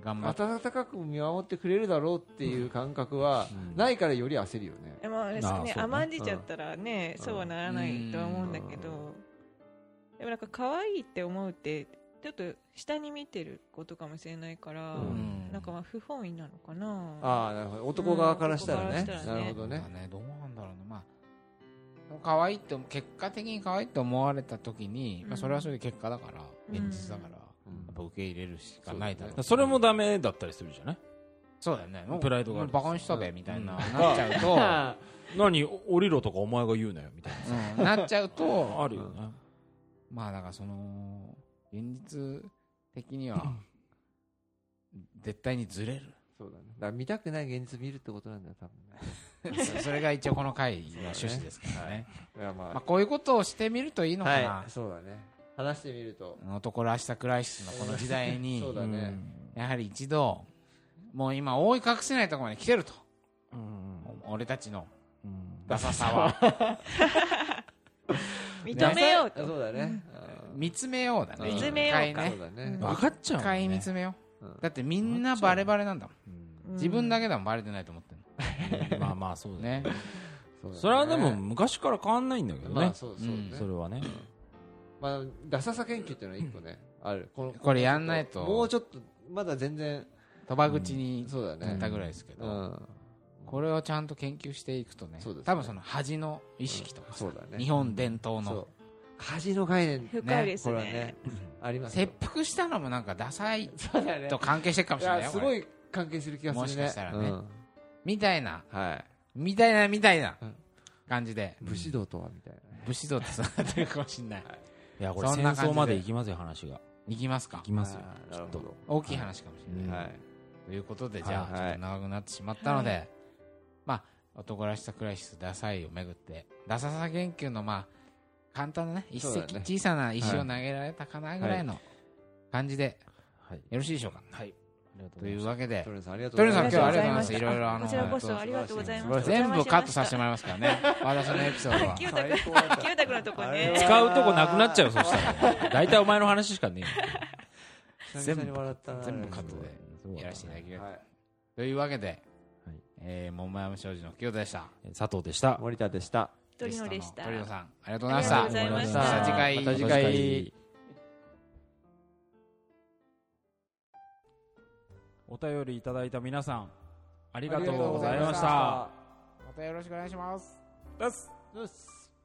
Speaker 3: 頑張って
Speaker 1: 温かく見守ってくれるだろうっていう感覚は、
Speaker 2: うん
Speaker 1: ないからより焦るよね。
Speaker 4: でもね
Speaker 2: ああそうね
Speaker 4: 甘んじちゃったらね、
Speaker 1: うん
Speaker 4: そうはならないとは思うんだけど、
Speaker 1: うん
Speaker 4: でもなんか可愛いって思うってちょっと下に見てることかもしれないから、
Speaker 1: う
Speaker 4: なんかまあ不本意なのかな
Speaker 1: ああ、なるほど。男側からしたら
Speaker 4: う
Speaker 1: ね。
Speaker 4: ん男側からした
Speaker 1: な
Speaker 4: らね
Speaker 1: るほどね
Speaker 3: ま。あどうなんだろうなまあ可愛いと結果的に可愛いと思われた時に、
Speaker 4: うん
Speaker 3: まあ、それはそれで結果だから
Speaker 4: う
Speaker 3: 現
Speaker 4: ん
Speaker 3: 実だか
Speaker 1: う
Speaker 3: ら、
Speaker 1: ん
Speaker 3: やっぱ受け入れるしかないだろう
Speaker 2: それもダメだったりするじゃない
Speaker 3: そうだよねもう
Speaker 2: プライドがある
Speaker 3: もうバカにしたべみたい
Speaker 2: う
Speaker 3: な、
Speaker 2: ん
Speaker 3: なっちゃう と、
Speaker 2: 何お降りろとかお前が言うなよみたい
Speaker 3: うんなっちゃう
Speaker 2: な
Speaker 3: と
Speaker 2: あるよね、
Speaker 3: まあだからその現実的には 絶対にずれる
Speaker 1: そうだね。だから見たくない現実見るってことなんだよ、多分ね。
Speaker 3: そそれが一応この回の趣旨ですからね。
Speaker 1: いや、
Speaker 3: まあ
Speaker 1: ま
Speaker 3: こういうことをしてみるといい
Speaker 1: あ。
Speaker 3: のかな。
Speaker 1: はい。そうだね。話してみると。
Speaker 3: 男らしさクライシスのこの時代 に、
Speaker 1: そうだね。
Speaker 3: やはり一度、もう今覆い隠せないところまで来てると。俺たちのダサさ は。
Speaker 4: 認めようと、
Speaker 1: そうだね。うん
Speaker 3: 見つめようだね。
Speaker 1: 見つ
Speaker 4: めようか
Speaker 3: 一回ね
Speaker 1: そう。だね。
Speaker 2: 分かっちゃう
Speaker 3: 一
Speaker 2: もん
Speaker 3: 回見
Speaker 2: ね
Speaker 3: つめよ
Speaker 1: う。
Speaker 3: うんだってみんなバレバレなんだもん。
Speaker 4: うん
Speaker 3: 自分だけだもんバレてないと思ってる
Speaker 2: うんまあまあそうだ
Speaker 3: の。
Speaker 2: ね
Speaker 3: ね。
Speaker 1: うだね
Speaker 2: それはでも、昔から変わんないんだけどね、
Speaker 1: まあ、そうそう
Speaker 3: うん
Speaker 1: ね
Speaker 2: それはね
Speaker 1: まあ、ダサさ研究っていうのは一個ね、ある。この
Speaker 3: これやんないと
Speaker 1: もうちょっと、まだ全然、
Speaker 3: 賭場口に
Speaker 1: そうだ
Speaker 3: 行っ
Speaker 1: ね。
Speaker 3: たぐらいですけ
Speaker 1: う
Speaker 3: ど、
Speaker 1: ん。
Speaker 3: これをちゃんと研究していくとね
Speaker 1: そうですね、
Speaker 3: 多分その恥の意識とかさ
Speaker 1: そうだね。
Speaker 3: 日本伝統
Speaker 1: そ
Speaker 3: の
Speaker 1: う。恥の概念、
Speaker 4: 深いです
Speaker 1: こ
Speaker 4: ね
Speaker 1: れはね、ありますよ
Speaker 3: 切腹したのもなんかダサい
Speaker 1: そうだね
Speaker 3: と関係してるかも
Speaker 1: い
Speaker 3: しれない
Speaker 1: や
Speaker 3: よ
Speaker 1: す
Speaker 3: こ
Speaker 1: ご
Speaker 3: れ
Speaker 1: い関係する気がするね
Speaker 3: もしかしたらね
Speaker 1: うん
Speaker 3: みたいな
Speaker 1: はい
Speaker 3: みたいなみたいな
Speaker 1: うん
Speaker 3: 感じで
Speaker 1: 武士道とはみたい
Speaker 3: 武士道ってそうなってるかもしれない
Speaker 2: いやこれ
Speaker 3: そん
Speaker 2: 戦
Speaker 3: な感
Speaker 2: 争
Speaker 3: じで
Speaker 2: まで行きますよ話が
Speaker 3: いきますか
Speaker 2: 行きま
Speaker 1: な
Speaker 2: すよ
Speaker 1: あーなるほ
Speaker 3: 大きい話かもしれ
Speaker 2: うん
Speaker 3: ない
Speaker 1: どはい
Speaker 3: ということでじゃあ
Speaker 1: はい
Speaker 3: ちょっと長くなってしまったの
Speaker 4: は
Speaker 3: でまあ男らしさクライシスダサいをめぐってダサさ研究のまあ簡単なね一
Speaker 1: そう
Speaker 3: 石
Speaker 1: だね
Speaker 3: 小さな石を投げられたかなぐらいの感じで
Speaker 2: はい
Speaker 3: よろしいでしょうか
Speaker 2: はいありがとう
Speaker 3: と
Speaker 2: ございま
Speaker 3: いう
Speaker 2: す
Speaker 3: わけで
Speaker 1: トレンさんありがとう
Speaker 3: トレンさん
Speaker 4: あ
Speaker 3: 今日
Speaker 4: りが
Speaker 3: は
Speaker 4: と
Speaker 3: あ
Speaker 4: う
Speaker 3: りがとうございます
Speaker 4: ございました
Speaker 3: いろいろあの
Speaker 4: こちらこそありがとうございました
Speaker 3: 全部カットさせてもらいますからね私のエピソードは
Speaker 1: 最高だった
Speaker 4: 清田君のとこね
Speaker 2: 使うとこなくなっちゃうそしたら大 体お前の話しかね
Speaker 1: 久々に笑ったな
Speaker 3: 全部カット
Speaker 2: え
Speaker 3: で
Speaker 2: そう
Speaker 3: やらせていただきます
Speaker 1: はい
Speaker 3: というわけで、
Speaker 2: はい
Speaker 3: えー桃山商事の清田でした。
Speaker 2: 佐藤でした
Speaker 1: 森田でした
Speaker 4: 鳥野でした
Speaker 3: 鳥野さん、ありがとうございまし
Speaker 4: ありがとうござ
Speaker 3: た
Speaker 4: いま。した
Speaker 3: また次回
Speaker 1: また次回
Speaker 2: お便りいただいた皆さんありがとうございました
Speaker 3: またよろしくお願いします。
Speaker 1: ですです